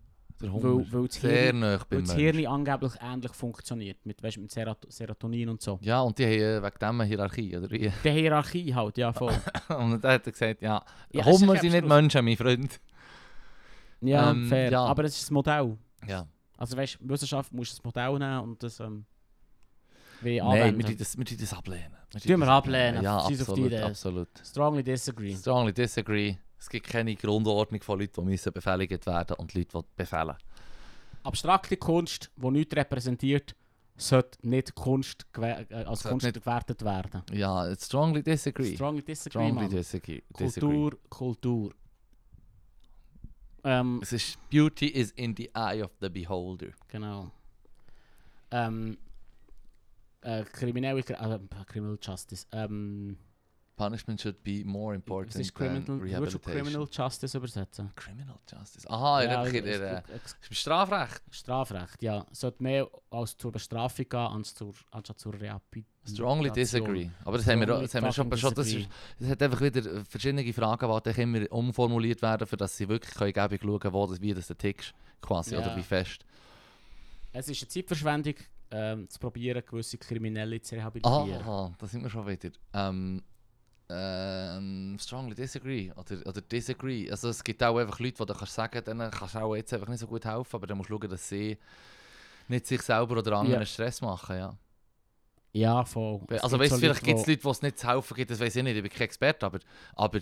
Der Hummer.
weil, weil das
Sehr
Hirn,
nah
weil
beim
das
Mensch.
Hirn angeblich ähnlich funktioniert, mit, weißt, mit Serat Serotonin und so.
Ja, und die haben äh, wegen dem eine Hierarchie, oder *laughs* wie?
Die Hierarchie halt, ja
*laughs*
voll.
Und dann hat er gesagt, ja,
Ja, es ist
Hummer
ja
sind nicht
absolut-
Menschen, mein Freund.
Ja,
Ähm,
fair.
ja.
Aber es ist das Modell.
Ja.
Also weißt du, Wissenschaft musst du das Modell nehmen und das ähm, wie
Nein,
anwenden.
wir tun das, wir tun das ablehnen. tun
Tun wir
das
ablehnen,
dus Ja,
sie ist auf die
absolut,
Idee.
absolut.
Strongly disagree.
Strongly disagree. Es gibt keine Grundordnung von Leuten, die müssen befehligt werden und Leute, die befehlen.
Abstrakte Kunst, die nichts repräsentiert, sollte nicht Kunst gewer- äh, als
Sollte
Kunst
nicht-
gewertet werden.
Ja, strongly disagree.
Strongly disagree,
Strongly
Mann.
disagree. disagree.
Kultur, Kultur. Ähm,
Es ist Beauty is in the eye of the beholder.
genau. Ähm, äh, kriminelle, Gre- äh, Criminal Justice. Ähm,
Punishment should be more important
es ist
than
Criminal, würdest du
rehabilitation.
Criminal Justice übersetzen?
Criminal Justice. Aha, ja,
es-
ich
es-
ja,
es-
ist im Strafrecht.
Strafrecht, ja. Sollte mehr als zur Bestrafung gehen, als zur, anstatt zur Rehabilitation.
Strongly disagree. Aber das haben wir,
Strongly
das haben wir schon,
fucking
schon das, ist,
disagree.
das hat einfach wieder äh, verschiedene Fragen, die dann immer umformuliert werden, für dass sie wirklich können gäbig schauen, wo das, wie das der tickst, quasi, oder
Ja.
wie fest.
Es ist eine Zeitverschwendung, ähm, zu probieren, gewisse Kriminelle zu
Aha,
rehabilitieren.
aha, da sind wir schon wieder. Ähm, ähm, strongly disagree oder, oder disagree. Also es gibt auch einfach Leute, die du kannst sagen, denen kannst du auch jetzt einfach nicht so gut helfen, aber dann musst du schauen, dass sie nicht sich selber oder anderen
Ja.
Stress machen, ja.
Ja, voll. Es
Also
gibt
weißt
so
du, vielleicht
Leute,
gibt
wo-
es Leute, die es nicht zu helfen gibt, das weiß ich nicht, ich bin kein Experte, aber, aber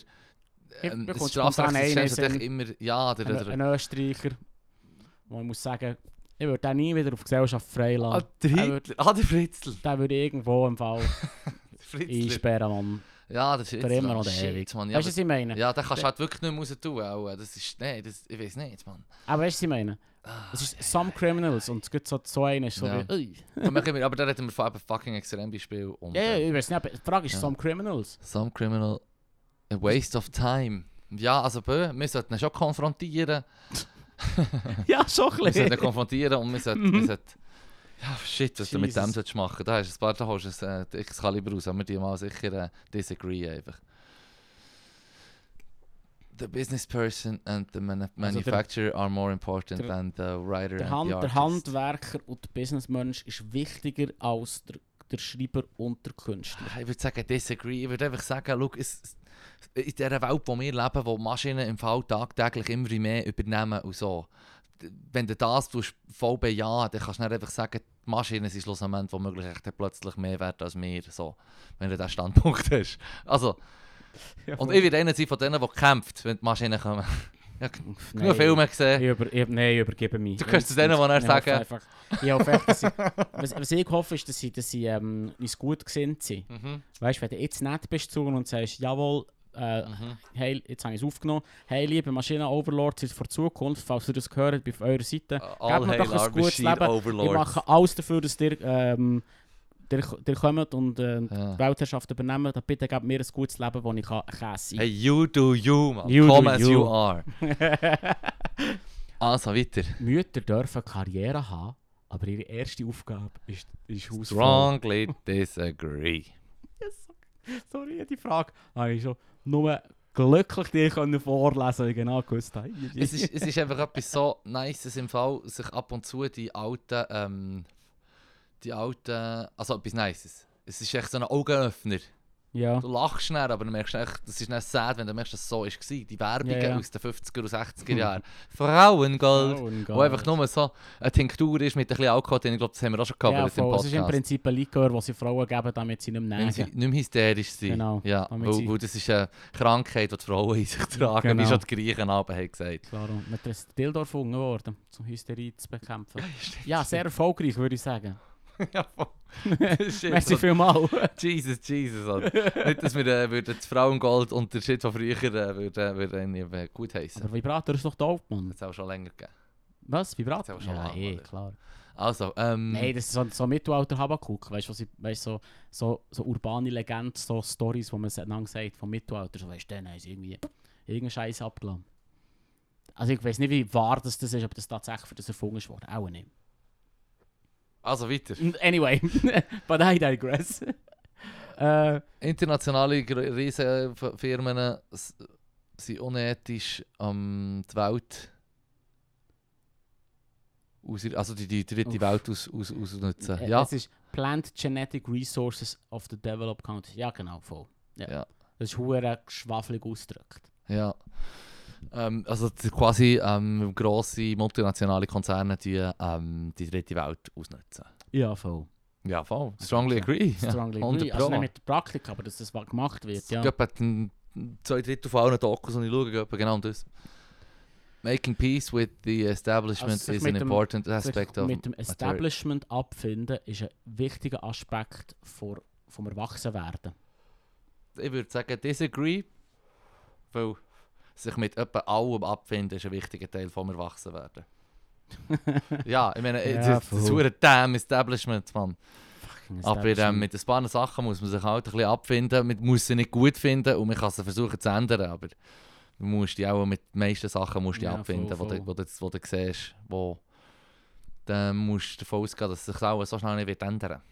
ähm,
da
das
kommt spontan
Strafrechtssystem
einer,
ist natürlich
ein-
immer, ja, oder,
Ein,
oder,
ein Österreicher, wo ich muss sagen, ich würde den nie wieder auf Gesellschaft
ah,
freilassen.
der
er
Hitler, *laughs* ah, der Fritzl,
Den würde ich irgendwo im
*laughs*
Fall
der Fritzl.
einsperren, Mann.
Ja, der Fritzl,
immer noch
Mann.
der
Shit,
Ewig.
Mann, ja,
weißt du, was ich meine?
aber- ja, den kannst du halt wirklich nicht mehr raus tun, auch, äh, das ist, nein, das, ich weiß nicht, Mann.
Aber weißt du, was ich meine? Es ist Some Criminals und es gibt so, so einen, ist so
Ah, Ja.
wie, «Ui.»
Aber, wir können- aber da reden wir von einem fucking Extrembeispiel. Und,
Ja, ja,
äh,
ich weiß nicht, aber die Frage ist,
Ja.
some criminals.
*laughs* Some criminal, a waste of time. Ja, also bö, wir sollten ihn
*laughs*
schon konfrontieren.
ja, schon ein
Wir sollten ihn
bisschen.
konfrontieren und
*laughs*
wir sollten... wir sollten ja, shit, was du mit dem
Jesus.
solltest machen. Da hast du ein paar, da holst du ein äh, dickes Kaliber raus. Aber wir die mal sicher äh, disagree einfach. The business person and the manu-
Also der-
manufacturer are more important
der-
than the writer
Der,
and
Hand,
the
der
artist.
Handwerker und der Businessmensch ist wichtiger als der, der Schreiber und der Künstler.
Ah, Ich würde sagen, disagree. Ich würde einfach sagen, look, es, es- in dieser Welt, in wir leben, wo Maschinen im Fall tagtäglich immer mehr übernehmen und so. D- Wenn du das tust, voll bejahen, dann kannst du nicht einfach sagen, die Maschinen sind schlussendlich womöglich echt plötzlich mehr wert als wir. So, wenn du diesen Standpunkt hast. Also,
Ja,
Und
voll.
ich werde einer sein von denen, die kämpft, wenn die Maschinen kommen.
Uff,
Nur Filme gesehen. *laughs*
Ich über, ich, nein, ich übergebe mich.
Du gehörst zu denen, die dann
Ich hoffe
sagen-
Einfach, ich hoffe echt, dass sie, was, was ich hoffe, ist, dass sie, dass sie ähm, uns gut gesinnt sind.
Mhm,
Weißt du, wenn du jetzt nett bist zu ihnen und sagst, jawohl, äh,
mhm.
hey, jetzt habe ich es aufgenommen, hey, liebe Maschinen-Overlords, jetzt vor Zukunft, falls ihr das gehört, bin auf eurer
Äh,
Seite.
All
mir
hail
doch ein
our
gutes
machine
Leben. Ich
overlords.
mache alles dafür, dass ihr, ähm, ihr, ihr kommt und äh,
Ja.
die Weltherrschaft übernehmen. Dann bitte gebt mir ein gutes Leben, das ich kann, kann sein
Hey, you do you, man.
You
Come
do
as
you. *laughs*
you are. Also, weiter.
Mütter dürfen Karriere haben, aber ihre erste Aufgabe ist, ist Hausfrau.
Strongly disagree.
Sorry, die Frage habe ich schon nur glücklich dir können vorlesen, weil ich genau gewusst habe.
*laughs* es, ist, es ist einfach etwas so Nices im Fall, sich ab und zu die alten, ähm, die alten, also etwas Nices. Es ist echt so ein Augenöffner.
*laughs* ja.
Du lachst schnell, aber du merkst echt, das ist nicht sad, wenn du merkst, dass es so war. Die Werbungen
Ja, ja.
aus den 50er und 60er Jahren. Frauengold.
Frauen gehen.
Wo einfach nur so eine Tinktur ist mit ein bisschen Alkohol drin. Ich glaube, das haben wir auch schon
ja,
gehabt
voll.
im
Es ist im
Podcast.
Prinzip ein Likör, den sie Frauen geben, damit sie nicht mehr
Wenn sie
nägen.
nicht mehr hysterisch sind.
Genau,
Ja,
damit
weil,
sie-
weil das ist eine Krankheit, die die Frauen in sich tragen, wie
Genau.
schon die Griechen abends haben gesagt
Klar, und mit einem Dildo erfunden worden, um Hysterie zu bekämpfen. Ja, sehr erfolgreich, würde ich sagen.
*laughs* Ja, voll. Das *laughs* ist jetzt
Merci
so-
vielmals.
Jesus, Jesus. Alter. *laughs* Nicht, dass wir äh, würden das Frauengold und der Shit von früher äh, würden, würden irgendwie gut heißen.
Aber Vibrator ist doch dope, Mann.
Das hat es auch schon länger gegeben.
Was?
Das
Vibrator?
ist auch schon
Ja,
lang,
eh,
oder?
klar.
Also, ähm.
Nein, das ist so, so Mittelalter Habakuk, weißt du, was ich- weißt, so, so, so urbane Legende, so Stories, wo man se- lang sagt vom Mittelalter, so weißt du, dann haben sie irgendwie irgendeinen Scheiß abgelassen. Also ich weiß nicht, wie wahr das, das ist, ob das tatsächlich für das erfunden ist worden. Auch nicht.
also weiter.
*laughs* Anyway, but I digress. *laughs* äh,
Internationale Gr- Riesenfirmen s- sind unethisch am die Welt. Aus, ihrer- also die, die dritte
Uff.
Welt aus, aus, ausnutzen.
äh,
Ja,
Es ist Plant Genetic Resources of the Developed Countries. Ja, genau, voll. Ja.
Ja.
Das ist hure schwafelig ausgedrückt.
ja. Ähm, also die- quasi ähm, grosse multinationale Konzerne die, ähm, die dritte Welt ausnutzen.
Ja, voll.
Ja, voll. Strongly agree.
Strongly agree.
ja.
Also nicht
Also
mit der Praktik, aber dass das gemacht wird, ja.
ja. Etwa die- zwei Drittel von allen Dokus, die ich schaue, gehen etwa genau um das. Making peace with the establishment
Also sich
is an
mit dem-
important
Sich
aspect of...
mit dem
mater-
Establishment abfinden ist ein wichtiger Aspekt vor, vom Erwachsenwerden.
Ich würde sagen, disagree, weil sich mit etwa allem abfinden ist ein wichtiger Teil vom
*laughs*
Erwachsenwerden. ja, ich meine,
Ja,
das das ist
voll.
ein damn Establishment, Mann.
Fucking
Aber ähm,
Establishment.
mit ein paar Sachen muss man sich halt ein bisschen abfinden. Man muss sie nicht gut finden und man kann sie versuchen zu ändern. Aber du musst die auch mit den meisten Sachen musst du die
Ja,
abfinden,
voll,
die du,
voll.
wo du, wo du siehst. Wo dann musst du davon ausgehen, dass sich das auch so schnell nicht wird ändern wird.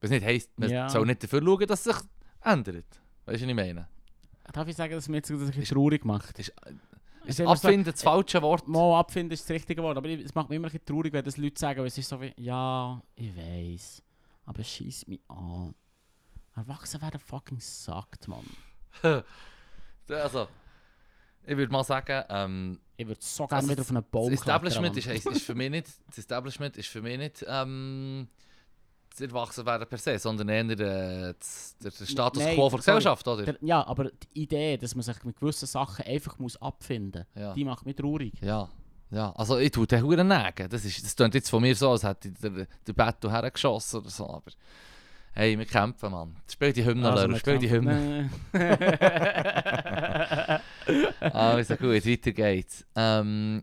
Was nicht heisst, man
Ja.
soll nicht dafür schauen, dass es sich ändert. Weißt du, was ich meine?
Darf ich sagen, dass es mich jetzt ein bisschen traurig macht?
Ist, äh,
Ich
ist
will mal sagen,
abfinden das falsche Wort?
Mal abfinden ist das richtige Wort, aber ich- es macht mich immer ein bisschen traurig, wenn das Leute sagen, weil es ist so wie, ja, ich weiß, aber schieß mich an. Erwachsenwerden fucking suckt, Mann.
Also, ich würde mal sagen, ähm,
Ich würde so gerne
Also
wieder auf einen Baum
Das Establishment
klettern,
ist, heisst- ist für mich nicht, das Establishment ist für mich nicht ähm, das Erwachsenwerden per se, sondern eher der, das- der, der Status
Nein,
quo von
sorry.
Gesellschaft, oder?
Mann. Der- Ja, aber die Idee, dass man sich mit gewissen Sachen einfach muss abfinden muss,
ja.
die macht mich traurig.
ja, ja. Also ich tue den Huren nagen. Das, ist, das klingt jetzt von mir so, als hätte ich den, den Battle hergeschossen oder so, aber... Hey, wir kämpfen, Mann. Spiel die
Ah,
Hymne, Leute,
man
spiel die
kann-
Hymne. *laughs*
Nein. *laughs*
Also gut, weiter geht's. Ähm,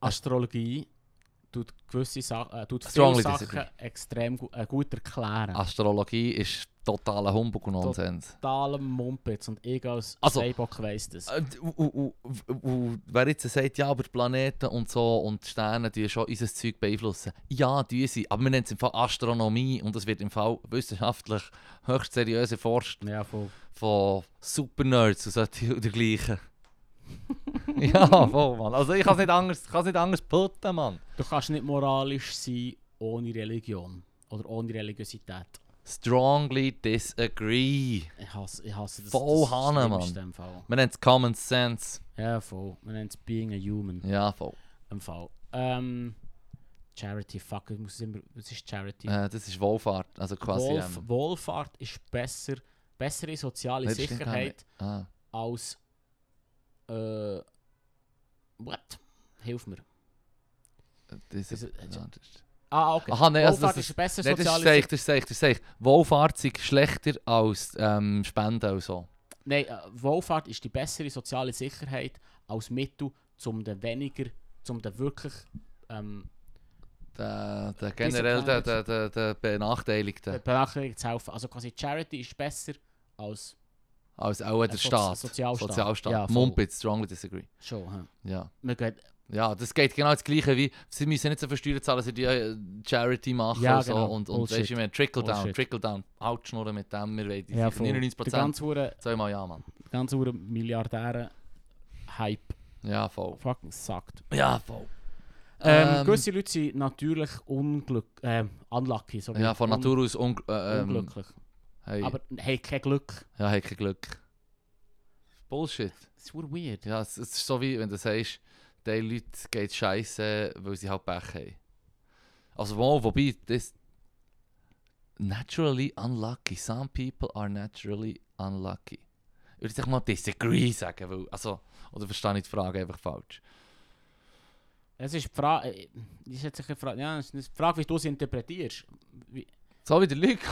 Astrologie tut gewisse Sachen, äh, tut
Strongly Ah.
viele Sachen
disagree.
extrem gu äh, gut erklären.
Astrologie ist totaler Humbug und Nonsens.
Totalem Mumpitz und ich als
Also-
Seibock weiss das.
Und, und, und, und, und wer jetzt sagt, ja, aber die Planeten und so und die Sterne die schon unser Zeug beeinflussen. Ja, die sie. Aber wir nennen es im Fall Astronomie und das wird im Fall wissenschaftlich höchst seriös erforscht
Ja, voll.
von Supernerds und so die-
*laughs*
und dergleichen. ja, voll, Mann. Also ich kann es nicht anders, kann's nicht anders putten, Mann.
Du kannst nicht moralisch sein ohne Religion oder ohne Religiosität.
Strongly disagree.
Ich hasse, ich hasse das.
Voll
das
Hanne,
Schlimmste
Mann.
im Fall.
Man nennt es Common Sense.
Ja, voll. Man nennt es Being a Human.
Ja, voll.
Im Fall. Ähm, Charity, fuck, ich muss immer, was ist Charity?
Äh, das ist Wohlfahrt. Also quasi.
Wohlf
Ähm,
Wohlfahrt ist besser bessere soziale
Nein, das stimmt gar
Sicherheit
nicht. Ah.
als. Äh, what? Hilf mir.
Das
Ist
ist
es-
etwas anderes.
Ah, okay.
Aha, nein, also
Also, Wohlfahrt
das
ist eine bessere
Nein, das ist
soziale
safe, das ist safe, das ist safe. Wohlfahrtsig schlechter als ähm, Spenden und so.
Nein, äh, Wohlfahrt ist die bessere soziale Sicherheit als Mittel, um den weniger, um den wirklich. Ähm,
Der, der generell der, der, der, der Benachteiligte.
den Benachteiligten zu helfen. Also quasi Charity ist besser als
Als auch
äh,
der
Sozi-
Staat.
Sozialstaat.
Sozialstaat.
Ja, voll.
Mumpitz, strongly disagree.
schon. Ja.
Ja.
Man geht,
ja, das geht genau das Gleiche wie, sie müssen nicht so viel Steuern zahlen, sie die äh, Charity machen
Ja,
und so.
genau.
Und, und
Bullshit.
weißt du, wir Trickle Down,
Bullshit.
Trickle Down, Hautschnurren mit dem, wir wollen die
ja,
sicher
voll. Der
99%.
ganze hure-
Zweimal ja, Mann.
der ganze hure Milliardären-Hype
Ja, voll.
fucking suckt.
Ja, voll.
Ähm,
Ähm,
gewisse Leute sind natürlich unglück, äh, unlucky. So wie
Ja, von
un-
Natur aus ungl äh, ähm,
unglücklich.
hey,
Aber hey, kein Glück.
ja, hat kein Glück. Bullshit.
Das ist hure weird.
Ja, es, es ist so wie wenn du sagst, den Leuten geht scheiße, weil sie halt Pech haben. Also wow, wobei, das... Naturally unlucky. Some people are naturally unlucky. Ich würde sagen mal disagree sagen, weil, also, oder verstehe ich die Frage einfach falsch.
Es ist die Frage, äh, ist jetzt sicher die Frage, ja, es ist eine Frage, wie du es interpretierst. Wie,
So wie der Luke.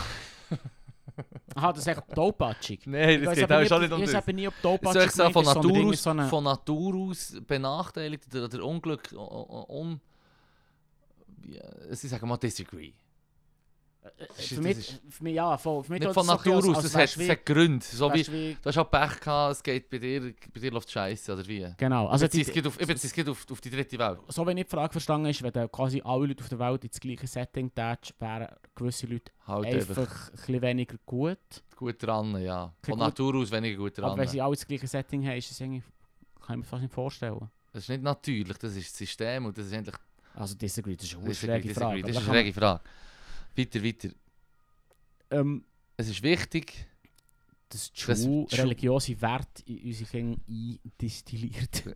*laughs*
aha, das ist echt tollpatschig.
Nein,
Ich
das
weiss
geht
aber
auch schon nicht um
Ich
das.
weiß eben nie, ob
Das
tollpatschig
ist echt so von
gemeint ist, sondern
Natur,
irgendwie
aus,
so eine-
von Natur aus benachteiligt oder, oder Unglück. o- o- Un, ja, sie sagen mal disagree.
Für
Shit, das
mich,
ist-
für mich, ja, voll. Für mich tut
Nicht von
das so ein bisschen
Natur aus,
als-
das
als
hat, das
wärst
hat Gründe. So
wie-
wie,
wärst wie-
du hast auch Pech gehabt, es geht bei dir, bei dir läuft Scheiße oder wie?
Genau, also
Also jetzt,
die,
es geht auf, ich bin jetzt geht auf, auf die dritte Welt.
so wie ich die Frage verstanden ist, wenn du quasi alle Leute auf der Welt ins gleiche Setting tätst, wären gewisse Leute
Halt
einfach
einfach
ein bisschen weniger gut.
gut dran, ja.
Kein
Von
gut-
Natur aus weniger gut
Aber
dran.
wenn sie alle das gleiche Setting haben, ist das irgendwie, kann ich mir fast nicht vorstellen.
Das ist nicht natürlich, das ist das System und das ist endlich
Also disagree, das ist eine
das ist eine
schräge Frage.
Frage.
aber
Das
da
ist
kann
eine schräge Frage. Weiter, weiter.
man- Ähm,
Es
*laughs*
ist wichtig,
dass
Das-
True
True-
religiöse Werte in unsere Kinder eindestilliert.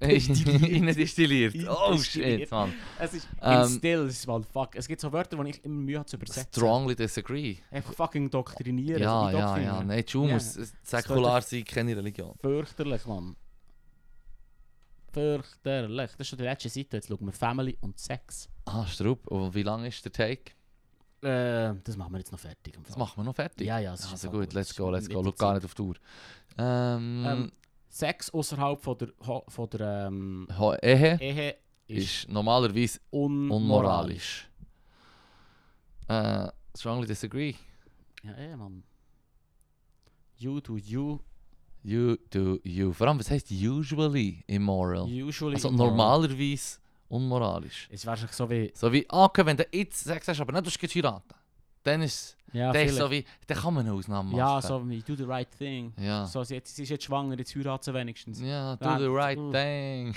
*laughs*
*laughs* innen destilliert. Oh
Destilliert.
shit, man.
es *laughs* ist
Ähm,
instill, es ist mal fuck. Es gibt so Wörter, die ich immer Mühe habe zu übersetzen.
Strongly disagree.
Einfach fucking doktrinieren. so
Ja,
wie
ja, ja.
Doktrinieren.
Nein, Schuh
Ja. ne.
muss säkular sein, keine Religion.
Fürchterlich, Mann. Fürchterlich. Das ist schon die letzte Seite. Jetzt schauen wir Family und Sex.
Ah, Strupp. Und wie lang ist der Take?
Äh, das machen wir jetzt noch fertig. im
Das
Fall.
machen wir noch fertig.
Ja, ja, es ist
Also
voll
gut, let's go, let's
Mit
go.
der
Schau gar
Zeit.
nicht auf die Uhr. Ähm,
Sex außerhalb von der, ho- von der ähm,
Ho- Ehe
Ehe ist,
ist normalerweise
unmoralisch.
unmoralisch. Äh, strongly disagree.
Ja, eh, Mann. You do you.
You do you. Vor allem, was heißt usually immoral?
Usually.
Also
immoral.
normalerweise unmoralisch.
Es ist wahrscheinlich so wie.
So wie, ah, okay, wenn du jetzt Sex hast, aber nicht du hast heiraten, dann ist
Ja,
dann ist so
vielleicht.
wie, dann kann man eine Ausnahme machen.
ja so wie do the right thing.
Ja,
So, sie, jetzt- sie ist jetzt schwanger, jetzt heiratet sie wenigstens.
ja do
Ja,
the right
mm.
thing.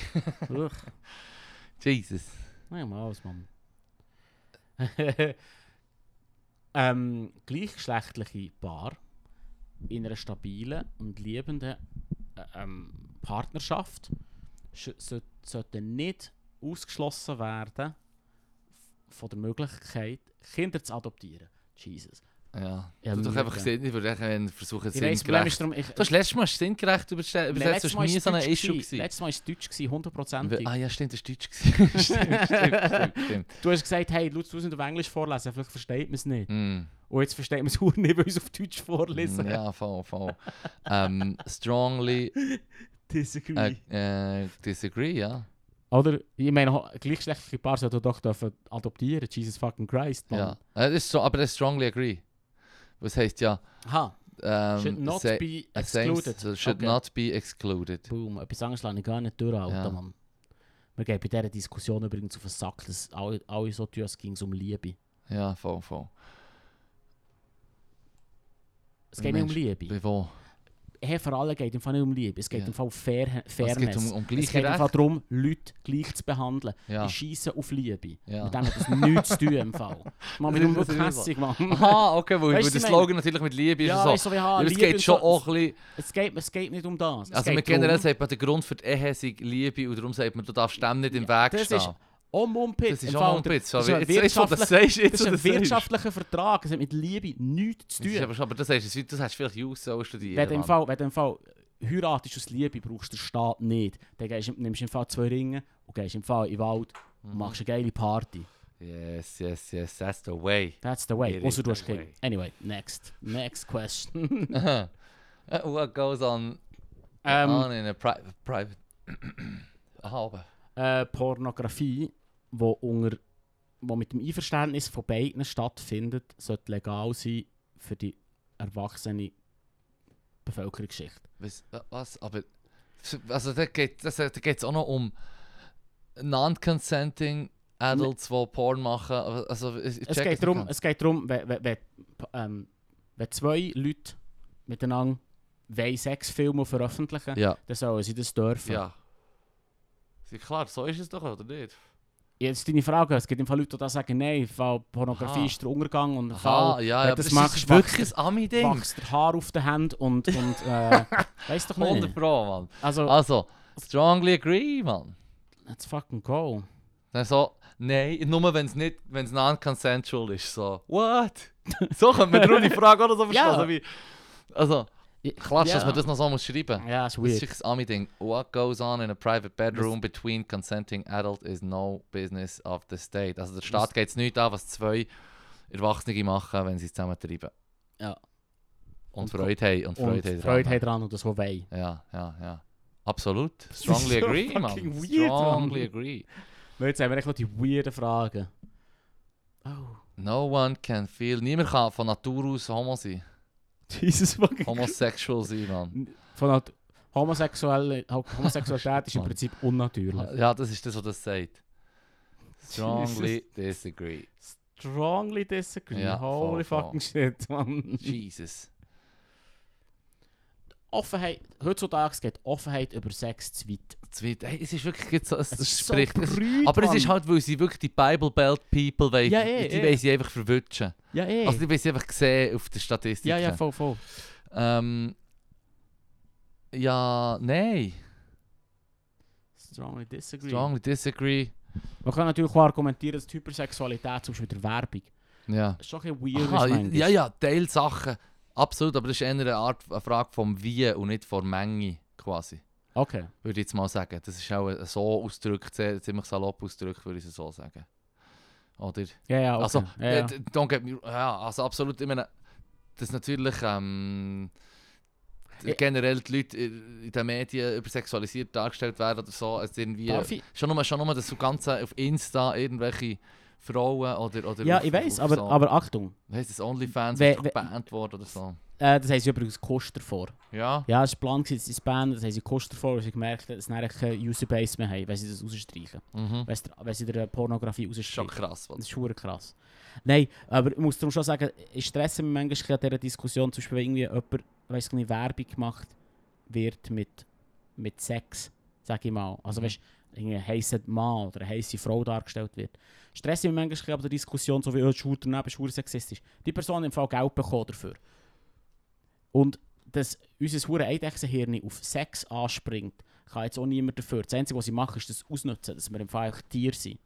Uch.
Jesus.
Nein, mal aus, Mann. *laughs* ähm, gleichgeschlechtliche Paar in einer stabilen und liebenden äh, ähm, Partnerschaft sch- so- sollten nicht ausgeschlossen werden f- von der Möglichkeit, Kinder zu adoptieren. Jesus.
Ja.
Ja,
Du doch
mega.
einfach gesehen, ich würde echt, wenn versuchen,
Ich weiss, das Problem ist
sinngerecht.
darum, ich,
Du hast letztes Mal sinngerecht überste-
Nein,
übersetzt, das war nie
ist
so ein
Deutsch
Issue.
gewesen.
gewesen.
Letztes Mal war es Deutsch, gewesen, hundertprozentig.
Weil- Ah ja, stimmt, das war *laughs* Deutsch. gewesen. stimmt, stimmt, stimmt.
*laughs* Du hast gesagt, hey, schau, du es nicht auf Englisch vorlesen, vielleicht versteht man es nicht.
Mm.
Und jetzt versteht man es *laughs* auch nicht, weil wir es auf Deutsch vorlesen.
Hmm, Ja, voll, voll. Ähm, strongly
*laughs* Disagree.
äh, äh, disagree, ja.
Oder? Ich meine, ho- gleichgeschlechtliche Paar sollten doch dürfen adoptieren. Jesus fucking Christ, Mann.
ja. Äh, das ist so, aber das ist strongly agree. Was heisst ja,
Ha, should
ähm,
not
se-
be
a same-
excluded.
should
Okay.
not be excluded.
Boom, etwas anderes lasse ich gar nicht durch, Alter,
Ja.
Mann. Wir gehen bei dieser Diskussion übrigens auf den Sack, dass alle, alle so tun, es ging um Liebe.
Ja, voll, voll.
Es geht nicht um
Mensch,
Liebe.
Bei wo?
Hey, vor allem geht es im Fall nicht um Liebe. Es geht
Ja.
im Fall Fair
Es
Fairness.
geht um, um
es geht
gleiche
im Fall
Rechte.
darum, Leute gleich zu behandeln.
Ja.
Die
*laughs*
schießen auf Liebe.
Ja.
Mit dem hat das nichts zu tun im Fall. Man
*laughs* Das
wird
ist- das
wirklich
ist
hässig, Mann.
Aha, okay,
Weißt
weil, weil
du,
der
ich
Slogan natürlich mit Liebe *laughs* ist
ja,
und so.
weißt du, wie, ha,
Aber es
Liebe
geht
und
schon
so.
auch ein bisschen.
Es geht, es geht nicht um das. Es
Also,
geht
man generell
darum-
sagt man, der Grund für die Ehe sei Liebe und darum sagt man, du darfst dem nicht im
Ja,
Weg
das
stehen.
ist- Om Mumpitz.
Das ist
Im
auch
Fall,
noch ein bisschen.
ist ein
*laughs* Jetzt jetzt, wo du das
wirtschaftlich-
sagst, jetzt,
Das ist
wo du
ein
das sagst.
wirtschaftlicher Vertrag. Es hat mit Liebe nichts zu
Das ist
tun.
aber, schon- aber das hast du das hast du vielleicht Jungs so studiert.
Wenn du im
Mann.
Fall, wenn du im Fall heiratest aus Liebe, brauchst du den Staat nicht. Dann gehst, nimmst du im Fall zwei Ringe und gehst im Fall in den Wald und
Mhm.
machst eine geile Party.
Yes, yes, yes, that's
*laughs*
the way.
That's the way.
It
Außer
is
du
the
hast Kinder.
way.
Anyway, next. Next
*laughs*
question.
Uh, What goes on,
ähm,
on in a private, private *clears throat* halbe?
äh, Pornografie, die unter wo mit dem Einverständnis von beiden stattfindet, sollte legal sein für die erwachsene Bevölkerungsschicht.
Was, was, aber, also da geht es da geht's auch noch um non-consenting Adults, die Porn machen. aber- Also, ich, ich
Es
check
geht,
nicht
darum,
ganz.
es geht darum, wenn, wenn, wenn, ähm, wenn zwei Leute miteinander wollen Sexfilme veröffentlichen,
Ja,
dann sollen sie das dürfen.
ja. Ist klar, so ist es doch, oder nicht?
Jetzt deine Frage, es gibt im Fall Leute, die da sagen, nein, im Fall Pornografie
Aha.
ist der Untergang und im
Aha,
Fall
ja,
wenn
ja,
das
das
machst,
ist wirklich ein Ami-Ding.
wachst der Haar auf den Händen und, und
*laughs*
äh, weißt doch
100
nicht.
Pro, Mann.
Also,
Also, strongly agree, Mann.
let's fucking go.
Dann so, nein, nur wenn es nicht, wenn es non-consensual ist, so, what? So könnte man darum die Frage oder so verstehen.
Ja.
So wie, also, klatsch, dass
Ja.
man das noch so muss schreiben.
Ah, Ja, ist
Das ist
weird.
wirklich das Ami-Ding. What goes on in a private bedroom between consenting adult is no business of the state. Also der Staat geht es nicht an, was zwei Erwachsene machen, wenn sie es zusammen treiben.
Ja.
Und,
Und
Freude haben. Und
Und
Freude haben.
Freude,
dran.
hat dran und das, was wollen.
Ja, ja, ja. Absolut.
ist
Strongly
so
agree, man.
fucking weird, Mann.
Strongly agree.
Weil Jetzt haben wir echt noch die weirden Fragen. Oh,
No one can feel. Niemand kann von Natur aus
*laughs*
homo sein.
Jesus fucking
Homosexual sein, Mann.
Von halt homosexuelle, Ho- Homosexualität
*laughs*
ist im
Mann.
Prinzip unnatürlich.
Ja, das ist das, was
*laughs*
das sagt. Strongly disagree.
Strongly disagree.
Ja,
Holy
voll, voll.
fucking shit, man.
Jesus.
Offenheit, heutzutage geht Offenheit über Sex zu weit.
Zu weit- Hey, es ist wirklich jetzt so, es,
Es
es
ist so
spricht. es,
brüt,
aber es ist
Mann.
halt, weil sie wirklich die Bible Belt People wollen,
Ja, eh,
die
eh.
wollen sie einfach verwutschen.
Ja, eh.
Also die wollen sie einfach sehen auf der Statistik.
ja, ja, voll, voll.
ähm, ja, nein.
Strongly disagree.
Strongly disagree.
Man kann natürlich auch argumentieren, dass die Hypersexualität zum Beispiel in der Werbung
Ja.
schon ein bisschen weird
Aha,
ist. manchmal.
ja, ja, Teilsachen. Absolut, aber das ist eher eine, Art, eine Frage vom Wie und nicht von Menge, quasi.
Okay.
Würde ich jetzt mal sagen. Das ist auch äh, so ausgedrückt, sehr- ziemlich salopp ausgedrückt, würde ich es so sagen. Oder?
Ja, ja, okay.
Also,
ja, ja.
äh, d- don't get me Ja, also absolut. Ich meine, das ist natürlich ähm, d-
Ich-
generell die Leute in in den Medien übersexualisiert dargestellt werden oder so. Also irgendwie,
Darf ich?
schon nur, schon nur, dass du ganz äh, auf Insta irgendwelche Frauen oder... oder
Ja,
auf-
ich weiß,
auf
aber,
so-
aber Achtung.
Heißt das OnlyFans
Wer-
ist doch
wer-
gebannt worden oder so?
Äh, das haben sie übrigens Koster vor.
Ja.
Ja, es war Plan, gewesen, dass sie es bannen, das haben sie Kosten vor, weil sie gemerkt haben, dass sie nachher keine Userbase mehr haben, wenn sie das rausstreichen.
Mhm.
Wenn sie, wenn sie der Pornografie
Das ist schon
rausstreichen.
krass. Was.
Das ist hure krass. Nein, aber ich muss darum schon sagen, ich stresse mich manchmal ein bisschen an dieser Diskussion, zum Beispiel, wenn irgendwie jemand, weiss ich nicht, Werbung gemacht wird mit, mit Sex, sag ich mal. Also
Mhm.
weißt du, irgendwie ein heißer Mann oder eine heiße Frau dargestellt wird. Stresse mich manchmal ein bisschen an der Diskussion, so wie, oh, schau, daneben ist hure sexistisch. Die Person hat im Fall Geld bekommen dafür. Und dass unser hure Eidechsenhirn auf Sex anspringt, kann jetzt auch niemand dafür. Das Einzige, was sie machen, ist das ausnutzen, dass wir im Fall echt Tier sind.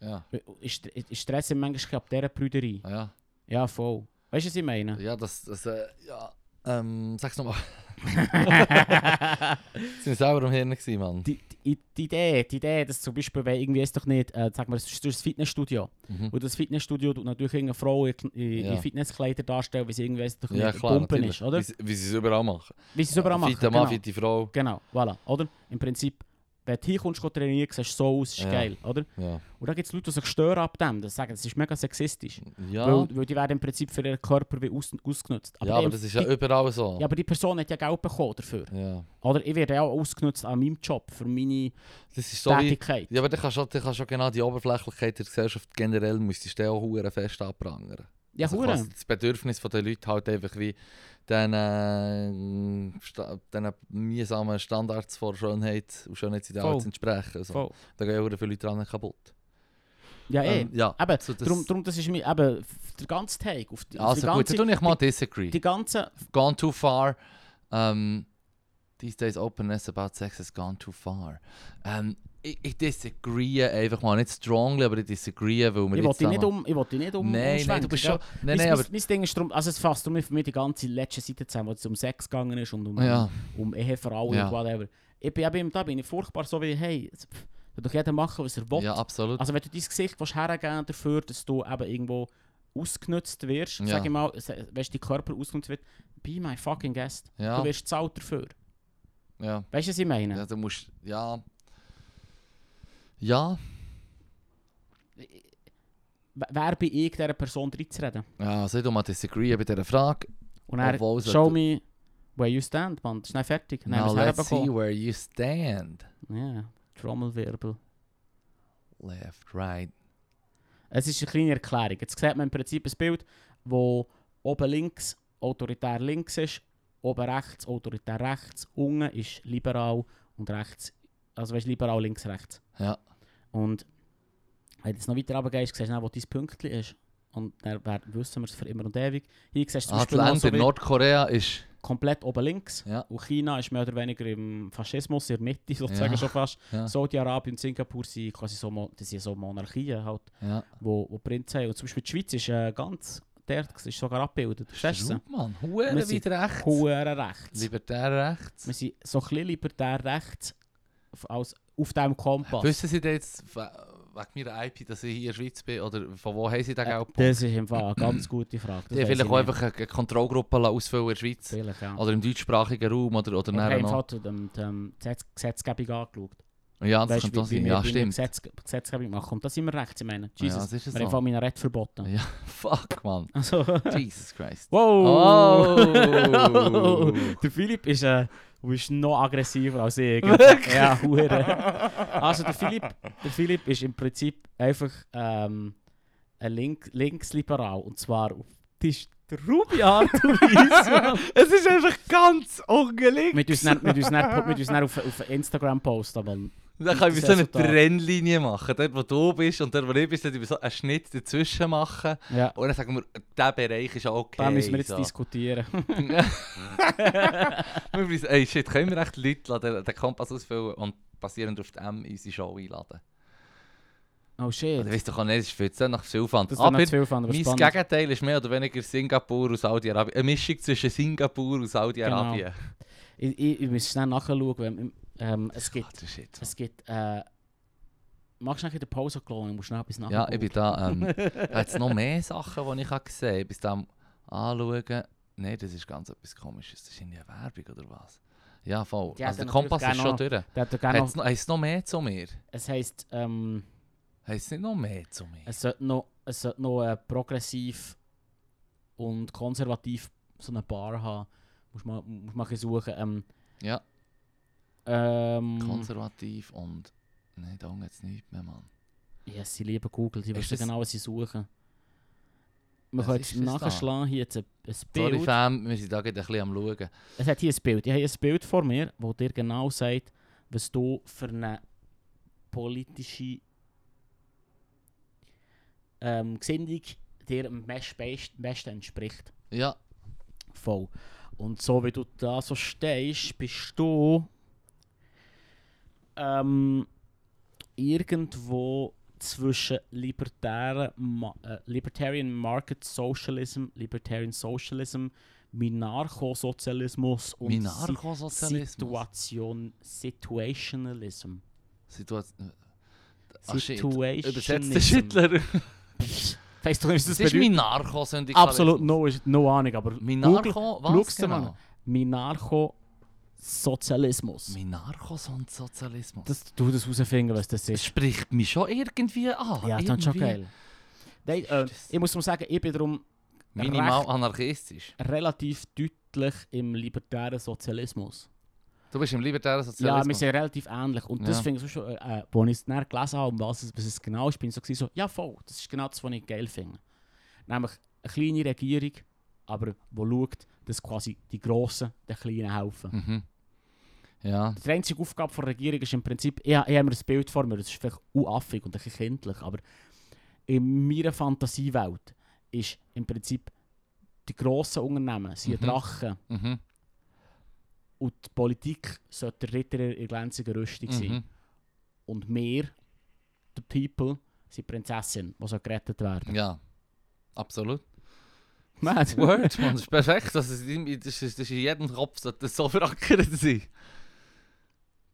Ja.
Ich ich stresse mich manchmal ab dieser Brüderie.
Ja.
Ja, voll. Weißt du, was ich meine?
Ja, das. das äh, ja. Ähm, sag's nochmal.
*laughs*
*laughs* Sind wir selber am Hirn gewesen, Mann.
die, die, die Idee, die Idee, dass zum Beispiel, wenn irgendwie ist doch nicht, äh, sag mal, es ist das Fitnessstudio.
Mhm.
Und das Fitnessstudio tut natürlich irgendeine Frau in, in,
Ja.
in Fitnesskleider darstellen, weil sie irgendwie weiss doch nicht
Ja, klar.
Pumpen
natürlich.
ist, oder?
Wie, sie- wie sie es überall machen.
Wie sie es überall machen.
Fitte Mann,
Genau.
fitte Frau.
genau, voilà, oder? Im Prinzip, wenn du hinkommst, kannst du trainieren, siehst du so aus, ist
Ja.
geil, oder?
Ja.
Und da gibt es Leute, die sich stören ab dem, die sagen, das ist mega sexistisch.
Ja.
Weil, weil die werden im Prinzip für ihren Körper wie aus, ausgenutzt.
ja, aber
dem-
das ist ja
die,
überall so.
ja, aber die Person hat ja Geld bekommen dafür.
Ja.
Oder ich werde auch ausgenutzt an meinem Job, für meine
Das ist so wie.
Tätigkeit.
Ja, aber du kannst schon, du kannst schon genau die Oberflächlichkeit der Gesellschaft generell müsstest du auch hure fest abprangern.
Ja,
Also
hure.
quasi das Bedürfnis der Leute halt einfach wie den, äh, Sta- den mühsamen Standards vor Schönheit und Schönheitsidealen
Voll.
zu entsprechen. Also,
Voll.
da gehen auch viele Leute dran kaputt.
Ja, eh.
Ähm, ja,
eben,
so das-
darum, darum, das ist mir eben f- der ganze Take. Auf die, auf
Also
die
gut,
ganze,
dann tue ich mal disagree.
die ganze,
Gone too far. Ähm, These days openness about sex has gone too far. Ähm, ich, ich disagree einfach mal, nicht strongly, aber ich disagree, weil wir
Ich wollte dich
da
nicht
noch-
um, ich wollte dich nicht um
Nein, nein, du
umschwenken,
bist
gell?
schon... Nein,
mein,
nein,
mein,
aber...
mein Ding ist drum, also es fasst für mich, für mich die ganze letzte Seite zusammen, wo es um Sex gegangen ist und um,
Ja,
um Ehefrauen
Ja.
und whatever. Ich bin eben, da bin ich furchtbar so wie, hey, es- pff, soll doch jeder machen, was er will.
ja, absolut.
Also wenn du dein Gesicht willst hergeben dafür, dass du eben irgendwo ausgenutzt wirst,
Ja.
sag ich mal, se- weißt du, dein Körper ausgenutzt wird, be my fucking guest.
Ja,
Du wirst bezahlt dafür.
ja.
Weißt du, was ich meine?
Ja, du musst... Ja... Ja,
W- Wer bin ich, dieser Person reinzureden?
ja also ich tu mal disagree bei dieser Frage.
Und er,
Obwohl, es
show
sollte-
me where you stand, man. Das ist nicht fertig. Dann
Now
haben wir es
let's see
herbekommen.
where you stand.
Ja, Trommelwirbel.
Left, right.
Es ist eine kleine Erklärung. Jetzt sieht man im Prinzip ein Bild, wo oben links autoritär links ist, oben rechts autoritär rechts, unten ist liberal und rechts, also weißt, liberal links rechts.
Ja.
Und wenn du jetzt noch weiter runtergehst, siehst du dann, wo dein Pünktchen ist. Und dann wär- wissen wir es für immer und ewig. Hier siehst du zum
Ah, die
Beispiel noch
Länder
so wie
Nordkorea ist...
komplett oben links.
Ja.
Und China ist mehr oder weniger im Faschismus, in der Mitte sozusagen
Ja.
schon fast.
Ja.
Saudi-Arabien und Singapur sind quasi so, Mo- das sind so Monarchien halt
Ja.
wo, wo Prinzen haben. Und zum Beispiel die Schweiz ist äh, ganz dort, es ist sogar abgebildet. Verstehst du?
Schraub, Mann. Huren
Wir sind
weit rechts.
Hoher rechts.
Libertär rechts.
Wir sind so ein bisschen libertär rechts auf- als auf diesem Kompass.
Wissen Sie denn jetzt we- wegen meiner IP, dass ich hier in der Schweiz bin? Oder von wo haben Sie den
Äh,
Geld?
das ist im Fall eine ganz gute Frage. Das
Die haben
weiss ich
vielleicht auch
nicht.
einfach eine Kontrollgruppe ausfüllen in der Schweiz.
Vielleicht, ja.
Oder im deutschsprachigen Raum oder, oder
Oder
näher
haben im
noch.
Fall die ähm, die, ähm, Gesetz- Gesetzgebung angeschaut.
Ja, das
Weisst
könnte
du,
auch
wie- wie
sein.
wir-
Also Ja,
wie wir
stimmt.
Gesetz, Gesetzgebung machen. Und da sind wir rechts, ich meine.
Ja,
Jesus.
das ist
wir haben
so.
vor meiner Rede verboten.
Ja.
*laughs*
Fuck, Mann.
Also,
Jesus Christ.
wow!
Oh.
*laughs* Der Philipp ist, äh, ist noch aggressiver als ich. *laughs* ja, hure. Also der Philipp, der Philipp ist im Prinzip einfach ähm, ein Link Linksliberal. Und zwar auf die strube Art *laughs* und Weise. Mann.
es ist einfach ganz ungelegt.
mit uns dann, mit uns dann, mit uns dann auf, auf Instagram posten, Mann.
Dann kann ich
Das
mir so eine
Resultat.
Trennlinie machen. Dort, wo du bist und dort, wo ich bin, dann so einen Schnitt dazwischen machen.
Ja.
Und dann sagen wir, dieser Bereich ist okay.
Da müssen wir jetzt
so.
diskutieren.
Übrigens, ey, shit, können wir echt Leute laden, den- den Kompass ausfüllen und basierend auf die M in unsere Show einladen?
Oh
Du
shit.
weißt doch auch nicht, das ist viel, zu- nach viel Aufwand.
Das ist
Aber
noch zu viel fand, aber
mein
spannend.
Gegenteil ist mehr oder weniger Singapur und Saudi-Arabien. Eine Mischung zwischen Singapur und Saudi-Arabien.
Genau, Ich, ich, ich muss schnell nachschauen. wenn- Ähm, es gibt
Alter, Ah, shit.
Es gibt. Äh, magst du nachher den Pause klauen? Ich muss schnell etwas
Ja,
nachschauen.
ich bin
*laughs*
da. Ähm, Hat es noch mehr Sachen, die ich habe gesehen habe? Bis dann anschauen. Nein, das ist ganz etwas Komisches. Das ist in der Werbung oder was? Ja, voll.
Ja,
also
dann
der Kompass ist
natürlich
schon
gerne
durch.
Der hat doch gerne
Hat's
noch,
noch, heisst noch mehr zu mir?
es heisst, ähm,
Heißt nicht noch mehr zu mir?
es sollte noch, es sollte noch äh, progressiv und konservativ so eine Bar haben. Muss man, muss man ein bisschen suchen. Ähm,
Ja.
Ähm,
Konservativ und. Nein, da jetzt nicht mehr, Mann.
yes, sie lieben Google, sie
Ist
wissen
das-
genau, was nou sie suchen. Wir
Was
können
ist
jetzt
das da?
nachschlagen, hier jetzt ein, ein
Sorry,
Bild.
Fam, wir sind da gerade ein bisschen am Schauen.
Es hat hier ein Bild. Ich habe hier ein Bild vor mir, wo dir genau sagt, was du für eine politische ähm, Gesinnung dir am best- best- besten entspricht.
Ja,
Voll. Und so wie du da so stehst, bist du ähm, irgendwo zwischen libertären Ma äh, Libertarian Market Socialism, Libertarian Socialism, Minarchosozialismus und Si-
Minarchosozialismus.
Situation, Situationalism.
Situation. Ah, shit. Übersetzt der
Situationism.
Schittler.
Weißt du, nicht, was
Das
das
ist
bedeutet?
Minarcho-Syndikalismus.
Absolut no, ist no Ahnung, aber
Minarcho,
Google-
was
schau's dir mal
genau?
an. Minarchosozialismus.
Minarcho-Sozialismus. Das
Das, du das herausfinden, was das ist.
spricht mich schon irgendwie an.
Ja, das ist schon
irgendwie.
geil. Nein, äh,
Das-
ich muss mal sagen, ich bin darum
Minimal
Recht.
anarchistisch.
relativ deutlich im libertären Sozialismus.
Du bist im libertären
Ja, wir
Sozialismus.
sind relativ ähnlich. Und das
Ja.
finde ich so schon, äh, äh, wo ich es dann gelesen habe, um was es, was es genau ist, bin ich so, gewesen, so, ja voll, das ist genau das, was ich geil finde. Nämlich eine kleine Regierung, aber die schaut, dass quasi die Grossen den Kleinen helfen.
mhm. Ja,
Die einzige Aufgabe der Regierung ist im Prinzip, ich, ich habe mir ein Bild vor mir, das ist vielleicht uaffig und ein bisschen kindlich, aber in meiner Fantasiewelt ist im Prinzip die grossen Unternehmen, sind
Mhm.
Drachen
mhm.
Und die Politik sollte der Ritter in der glänzenden Rüstung sein.
Mhm.
Und wir, the people, sind die Prinzessin, die soll gerettet
*laughs*
werden.
mhm. Ja. Absolut.
Mad.
*laughs* Word, man, das ist perfekt. Das ist, in- das ist, das ist in jedem Kopf sollte das so verankert sein.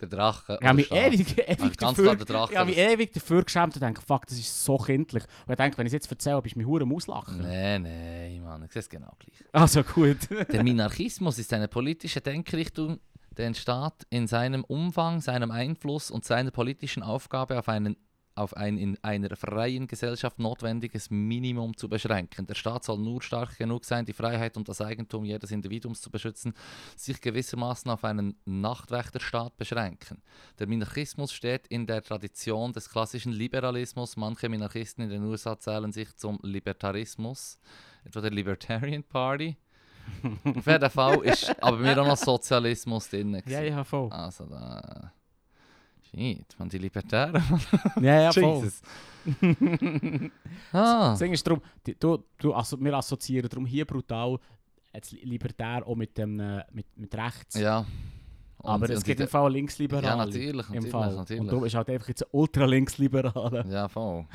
Der Drache.
Ich habe mich
oder Schaf.
ewig, ewig
ganz
dafür,
klar der Drache.
ich habe mich ewig dafür geschämt und denke, fuck, das ist so kindlich. Und ich denke, wenn ich es jetzt erzähle, bist du mich hure am auslachen. *laughs*
Nein, nein, Mann, ich sehe es genau gleich.
Also gut.
Der Minarchismus ist eine politische Denkrichtung, den Staat in seinem Umfang, seinem Einfluss und seiner politischen Aufgabe auf, einen, auf ein in einer freien Gesellschaft notwendiges Minimum zu beschränken. Der Staat soll nur stark genug sein, die Freiheit und das Eigentum jedes Individuums zu beschützen, sich gewissermaßen auf einen Nachtwächterstaat beschränken. Der Minarchismus steht in der Tradition des klassischen Liberalismus. Manche Minarchisten in den USA zählen sich zum Libertarismus, etwa der
*laughs*
Libertarian Party. Auf jeden Fall ist aber bei mir auch noch Sozialismus drin. gewesen.
ja, ja, voll.
Also da. Shit, man, die Libertären. Mann.
Ja, ja, voll. *laughs*
Jesus. ah,
Deswegen ist darum, die- du, du, also, wir assoziieren darum hier brutal jetzt libertär auch mit, dem, äh, mit, mit rechts. Ah, dus
ja. Und-
Aber es
und
gibt
die-
im Fall Linksliberale.
Ja, natürlich,
Im
natürlich,
Fall. Und
natürlich.
du bist halt einfach jetzt ein Ultralinksliberale. *laughs*
Ja, voll.